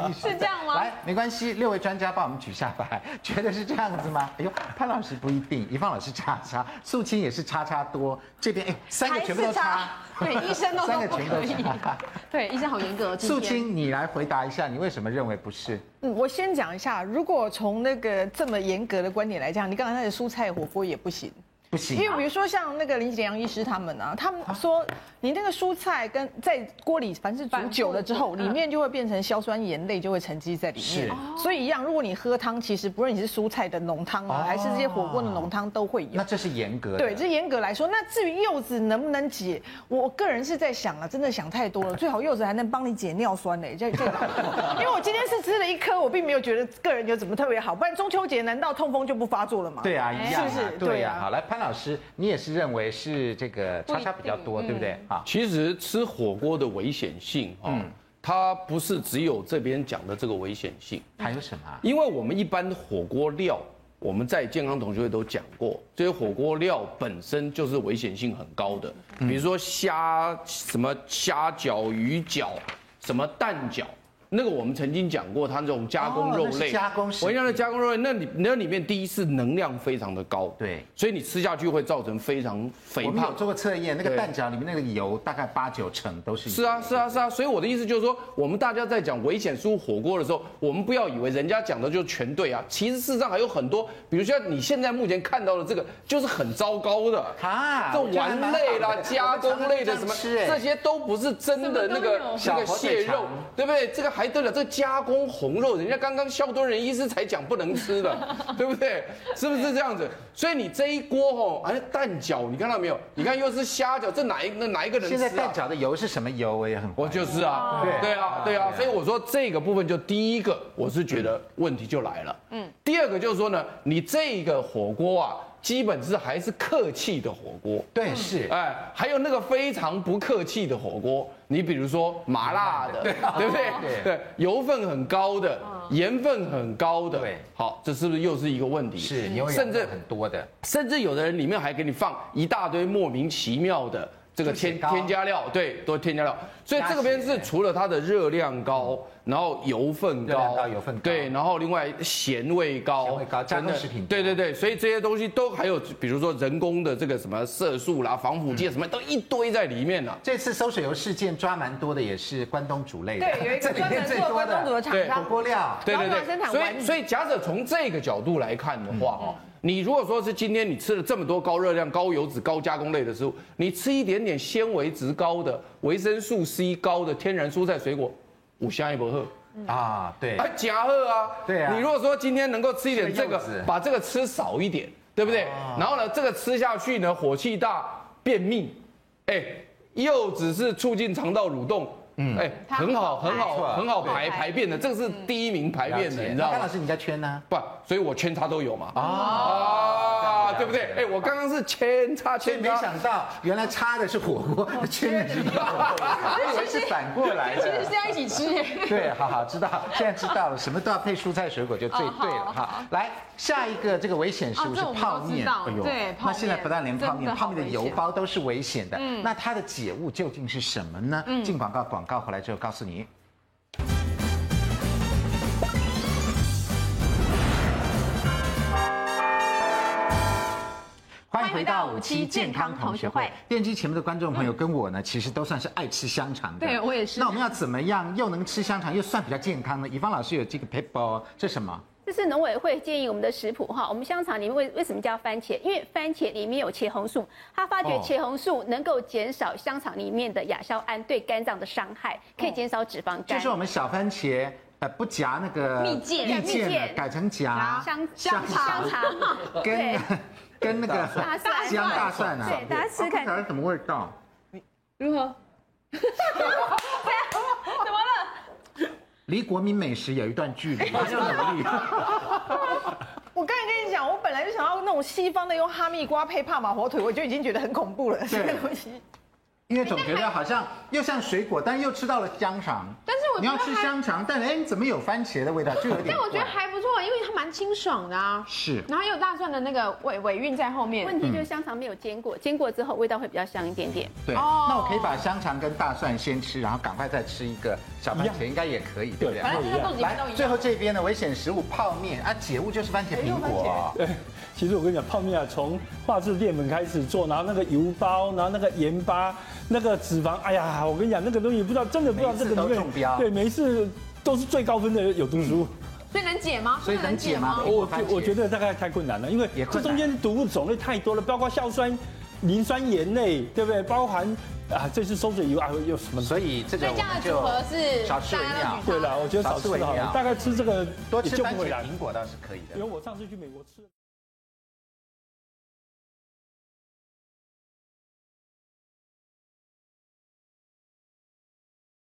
[SPEAKER 1] 医式的
[SPEAKER 6] 是这样吗
[SPEAKER 1] 来，没关系，六位专家帮我们举下牌， [laughs] 觉得是这样子吗？哎呦，潘老师不一定，一放老师叉叉，素清也是叉叉多，这边哎，三个
[SPEAKER 6] 还
[SPEAKER 1] 全部都
[SPEAKER 6] 是
[SPEAKER 1] 叉
[SPEAKER 6] 叉，，对，医生
[SPEAKER 1] [laughs]
[SPEAKER 6] 都
[SPEAKER 1] 三
[SPEAKER 6] 说
[SPEAKER 1] 个
[SPEAKER 6] 不
[SPEAKER 1] 全部
[SPEAKER 6] 可
[SPEAKER 1] 都
[SPEAKER 6] 以，
[SPEAKER 1] 叉。
[SPEAKER 6] [laughs] 对，医生好严格哦。今
[SPEAKER 1] 素
[SPEAKER 6] 天
[SPEAKER 1] 清，你来回答一下，你为什么认为不是？
[SPEAKER 3] 嗯，我先讲一下，如果从那个这么严格的观点来讲，你刚才那个蔬菜火锅也不行。
[SPEAKER 1] 不行啊、
[SPEAKER 3] 因为比如说像那个林景阳医师他们啊，他们说你那个蔬菜跟在锅里，反正煮久了之后，
[SPEAKER 6] 嗯
[SPEAKER 3] 里面就会变成硝酸盐类，就会沉积在里面。所以一样，如果你喝汤，其实不论你是蔬菜的浓汤
[SPEAKER 8] 哦
[SPEAKER 3] 啊，还是这些火锅的浓汤，都会有
[SPEAKER 1] 那。这是严格的，
[SPEAKER 3] 对，这严格来说，那至于柚子能不能解，我个人是在想啊，真的想太
[SPEAKER 1] [laughs]
[SPEAKER 3] 多了。最好柚子还能帮你解尿酸呢，这这，因为我今天是吃了一颗，我并没有觉得个人有怎么特别好。不然中秋节难道痛风就不发作了吗？
[SPEAKER 1] 对啊，一样啊，
[SPEAKER 3] 是不是
[SPEAKER 1] 对
[SPEAKER 3] 对
[SPEAKER 1] 呀、
[SPEAKER 3] 啊
[SPEAKER 1] 好，来，潘老师，你也是认为是这个叉叉比较多，对不对？啊，
[SPEAKER 9] 其实吃火锅的危险性啊、它不是只有这边讲的这个危险性，
[SPEAKER 1] 还有什么啊？
[SPEAKER 9] 因为我们一般火锅料我们在健康同学会都讲过，这些火锅料本身就是危险性很高的，
[SPEAKER 1] 嗯
[SPEAKER 9] 比如说虾什么虾饺、鱼饺、什么蛋饺，那个我们曾经讲过，它那种加工
[SPEAKER 1] 哦
[SPEAKER 9] 肉
[SPEAKER 1] 那是
[SPEAKER 9] 类，
[SPEAKER 1] 加工食
[SPEAKER 9] 我讲的
[SPEAKER 1] 品
[SPEAKER 9] 加工肉类，那里那里面第一是能量非常的高，
[SPEAKER 1] 对
[SPEAKER 9] 所以你吃下去会造成非常肥
[SPEAKER 1] 我们有
[SPEAKER 9] 胖。
[SPEAKER 1] 做过测验，那个
[SPEAKER 9] 对
[SPEAKER 1] 蛋饺里面那个油大概八九成都是油
[SPEAKER 9] 是啊，是啊，是啊，所以我的意思就是说，我们大家在讲危险食物火锅的时候，我们不要以为人家讲的就全对啊，其实事实上还有很多，比如像你现在目前看到的这个，就是很糟糕的。
[SPEAKER 1] 啊，
[SPEAKER 9] 这
[SPEAKER 1] 我觉得还
[SPEAKER 9] 丸
[SPEAKER 1] 蛮
[SPEAKER 9] 类
[SPEAKER 1] 好
[SPEAKER 9] 啦、
[SPEAKER 1] 的
[SPEAKER 9] 加工类
[SPEAKER 1] [laughs]
[SPEAKER 9] 的什么，这
[SPEAKER 1] 这些
[SPEAKER 9] 些都不是真的那个
[SPEAKER 1] 什么都
[SPEAKER 9] 那
[SPEAKER 1] 有小
[SPEAKER 9] 个蟹
[SPEAKER 1] 火腿肠
[SPEAKER 9] 肉，对不对？这个还得了？这加工红肉，人家刚刚肖敦仁医师才讲不能吃
[SPEAKER 1] [laughs]
[SPEAKER 9] 的，对不对？是不是这样子？所以你这一锅哦，哎，蛋饺，你看到没有？你看又是虾饺，这哪一那哪一个人吃
[SPEAKER 1] 现
[SPEAKER 9] 啊？
[SPEAKER 1] 在蛋饺的油是什么油？我也很
[SPEAKER 9] 我就是啊，
[SPEAKER 1] 对
[SPEAKER 9] 对啊，对啊，所以我说这个部分就第一个，我是觉得问题就来了。嗯，第二个就是说呢，你这个火锅啊，基本是还是客气的火锅。
[SPEAKER 1] 对是
[SPEAKER 9] 哎，还有那个非常不客气的火锅，你比如说麻辣的， [laughs] 对不对？对，油分很高的，盐分很高的，
[SPEAKER 10] 对
[SPEAKER 9] 好，这是不是又是一个问题？
[SPEAKER 10] 是牛
[SPEAKER 9] 甚
[SPEAKER 10] 羊
[SPEAKER 9] 至
[SPEAKER 10] 肉很多的，
[SPEAKER 9] 甚至有的人里面还给你放一大堆莫名其妙的这个添
[SPEAKER 1] 血糕
[SPEAKER 9] 添加料，对，都添加料。所以这个边
[SPEAKER 1] 鸭
[SPEAKER 9] 是
[SPEAKER 1] 血
[SPEAKER 9] 除了它的热量高，然后油分
[SPEAKER 10] 热量
[SPEAKER 9] 高，
[SPEAKER 10] 高油分高
[SPEAKER 9] 对，然后另外咸味高，
[SPEAKER 1] 咸味高加工
[SPEAKER 9] 等等
[SPEAKER 1] 食品
[SPEAKER 9] 对对对，所以这些东西都还有，比如说人工的这个什么色素啦、防腐剂啊什么，都一堆在里面呢、啊
[SPEAKER 1] 这次馊水油事件抓蛮多的，也是关东煮类的，
[SPEAKER 3] 对有一个
[SPEAKER 1] [laughs] 这里面最多
[SPEAKER 3] 专门做关东煮的厂
[SPEAKER 9] 对
[SPEAKER 1] 火
[SPEAKER 3] 商
[SPEAKER 1] 锅料，
[SPEAKER 9] 对对
[SPEAKER 3] 然后生
[SPEAKER 9] 对，
[SPEAKER 3] 产
[SPEAKER 9] 所
[SPEAKER 3] 完
[SPEAKER 9] 以所以假设从这个角度来看的话，哦、你如果说是今天你吃了这么多高热量、高油脂、高加工类的食物，你吃一点点纤维值高的、维生素 C 高的天然蔬菜水果，五香一不喝。
[SPEAKER 1] 啊，对，
[SPEAKER 9] 啊，夹贺啊，
[SPEAKER 1] 对啊
[SPEAKER 9] 你如果说今天能够吃一点这
[SPEAKER 1] 吃个
[SPEAKER 9] 个
[SPEAKER 1] 柚子，啊
[SPEAKER 9] 把这个吃少一点，对不对？然后呢，这个吃下去呢，火气大，便秘，哎，柚子是促进肠道蠕动。嗯，哎，很好，嗯很
[SPEAKER 1] 没错
[SPEAKER 9] 好，很好排
[SPEAKER 6] 对
[SPEAKER 9] 排便的，这个是第一名排便的，你知道
[SPEAKER 1] 潘
[SPEAKER 9] 吗
[SPEAKER 1] 老？师你在圈呢？
[SPEAKER 9] 不，所以我圈叉都有嘛。
[SPEAKER 1] 哦
[SPEAKER 9] 啊，对不对？哎，我刚刚是圈叉
[SPEAKER 1] 所以
[SPEAKER 9] 圈
[SPEAKER 1] 没
[SPEAKER 9] 叉，
[SPEAKER 1] 想到，原来插的是火锅， [laughs] 圈的是火
[SPEAKER 3] [laughs]
[SPEAKER 1] 锅，我以为是反过来的。
[SPEAKER 6] 是要一起吃耶。
[SPEAKER 1] [laughs] 对，好好知道，现在知道了，什么都要配蔬菜水果就最对了哈。来，下一个这个危险食物
[SPEAKER 6] 哦
[SPEAKER 1] 是
[SPEAKER 6] 这我们
[SPEAKER 1] 泡
[SPEAKER 6] 都知
[SPEAKER 1] 面，哎
[SPEAKER 6] 道对泡
[SPEAKER 1] 那现在
[SPEAKER 6] 面
[SPEAKER 1] 不但连泡面，
[SPEAKER 6] 真的好
[SPEAKER 1] 泡面的
[SPEAKER 6] 危
[SPEAKER 1] 油
[SPEAKER 6] 险嗯
[SPEAKER 1] 包都是危险的。那它的解物究竟是什么呢？进广告，广告回来之后告诉你。欢迎回到五期健康同学会。电视机前面的观众朋友跟我呢，其实都算是爱吃香肠的。
[SPEAKER 6] 对我也是
[SPEAKER 1] 那我们要怎么样又能吃香肠又算比较健康呢？以方老师有这个 paper，这什么？
[SPEAKER 8] 这是农委会建议我们的食谱哈，我们香肠里面为为什么叫番茄？因为番茄里面有茄红素，它发觉
[SPEAKER 1] 哦
[SPEAKER 8] 茄红素能够减少香肠里面的亚硝胺对肝脏的伤害，可以减少脂肪肝。
[SPEAKER 1] 哦就是我们小番茄，呃，不夹那个
[SPEAKER 6] 蜜饯
[SPEAKER 1] 蜜
[SPEAKER 8] 蜜
[SPEAKER 1] 饯了
[SPEAKER 8] 饯
[SPEAKER 1] 改成夹
[SPEAKER 8] 香
[SPEAKER 1] 香
[SPEAKER 8] 香肠，
[SPEAKER 1] [laughs] 跟
[SPEAKER 8] 对
[SPEAKER 1] 跟那个
[SPEAKER 8] 大蒜
[SPEAKER 1] 姜大蒜啊，
[SPEAKER 8] 对大家吃
[SPEAKER 1] 哦
[SPEAKER 8] 看
[SPEAKER 1] 不晓得什么味道。
[SPEAKER 6] 如
[SPEAKER 1] [laughs]
[SPEAKER 6] 何？怎么了？
[SPEAKER 1] 离国民美食有一段距离，还要努力。
[SPEAKER 3] 我刚才跟你讲，我本来就想要那种西方的，用哈密瓜配帕玛火腿，我就已经觉得很恐怖了。这个东西，
[SPEAKER 1] 因为总觉得好像又像水果，但又吃到了香肠。
[SPEAKER 6] 但是我
[SPEAKER 1] 你
[SPEAKER 6] 觉
[SPEAKER 1] 要
[SPEAKER 6] 得
[SPEAKER 1] 吃
[SPEAKER 6] 还
[SPEAKER 1] 香肠，但哎，你怎么有番茄的味道？就有点怪。
[SPEAKER 6] 但我觉得还不错，因为它蛮清爽的啊。
[SPEAKER 1] 是
[SPEAKER 6] 然后又有大蒜的那个尾尾韵在后面。
[SPEAKER 8] 问题
[SPEAKER 1] 嗯
[SPEAKER 8] 就是香肠没有煎过，煎过之后味道会比较香一点点。
[SPEAKER 1] 对。
[SPEAKER 6] 哦
[SPEAKER 1] 那我可以把香肠跟大蒜先吃，然后赶快再吃一个小番茄，应该也可以，对不对？
[SPEAKER 6] 反正就是肚子里面都
[SPEAKER 1] 来，
[SPEAKER 6] 一
[SPEAKER 1] 最
[SPEAKER 6] 样。
[SPEAKER 1] 后这边的危险食物泡面啊，解物就是番茄苹
[SPEAKER 4] [laughs]
[SPEAKER 1] 果。啊
[SPEAKER 4] 其实我跟你讲，泡面啊，从化制淀粉开始做，然后那个油包，然后那个盐巴，那个脂肪，哎呀，我跟你讲，那个东西不知道，真的不知道
[SPEAKER 1] 每一
[SPEAKER 4] 这
[SPEAKER 1] 次都
[SPEAKER 4] 个
[SPEAKER 1] 中标
[SPEAKER 4] 对，每一次都是最高分的有毒食物。
[SPEAKER 6] 所以能解吗？
[SPEAKER 1] 所以能解吗
[SPEAKER 4] 哦我
[SPEAKER 1] 番茄
[SPEAKER 4] 觉我觉得大概太困难了，因为
[SPEAKER 1] 也困
[SPEAKER 4] 这
[SPEAKER 1] 难
[SPEAKER 4] 中间毒物种类太多了，包括硝酸、磷酸盐类，对不对？包含啊，这次收水油啊，有什么？
[SPEAKER 1] 所以这个
[SPEAKER 6] 所以这
[SPEAKER 1] 我
[SPEAKER 6] 样的
[SPEAKER 1] 们
[SPEAKER 6] 组
[SPEAKER 1] 就
[SPEAKER 6] 合是
[SPEAKER 1] 少吃为
[SPEAKER 6] 大家
[SPEAKER 1] 妙
[SPEAKER 6] 都，
[SPEAKER 4] 对了，我觉得少吃
[SPEAKER 1] 少吃为
[SPEAKER 4] 好
[SPEAKER 1] 妙
[SPEAKER 4] 了，大概吃这个
[SPEAKER 1] 多
[SPEAKER 4] 也
[SPEAKER 1] 吃
[SPEAKER 4] 救
[SPEAKER 1] 番
[SPEAKER 4] 不回
[SPEAKER 1] 茄
[SPEAKER 4] 来。
[SPEAKER 1] 苹果倒是可以的
[SPEAKER 4] 因为。我上次去美国吃。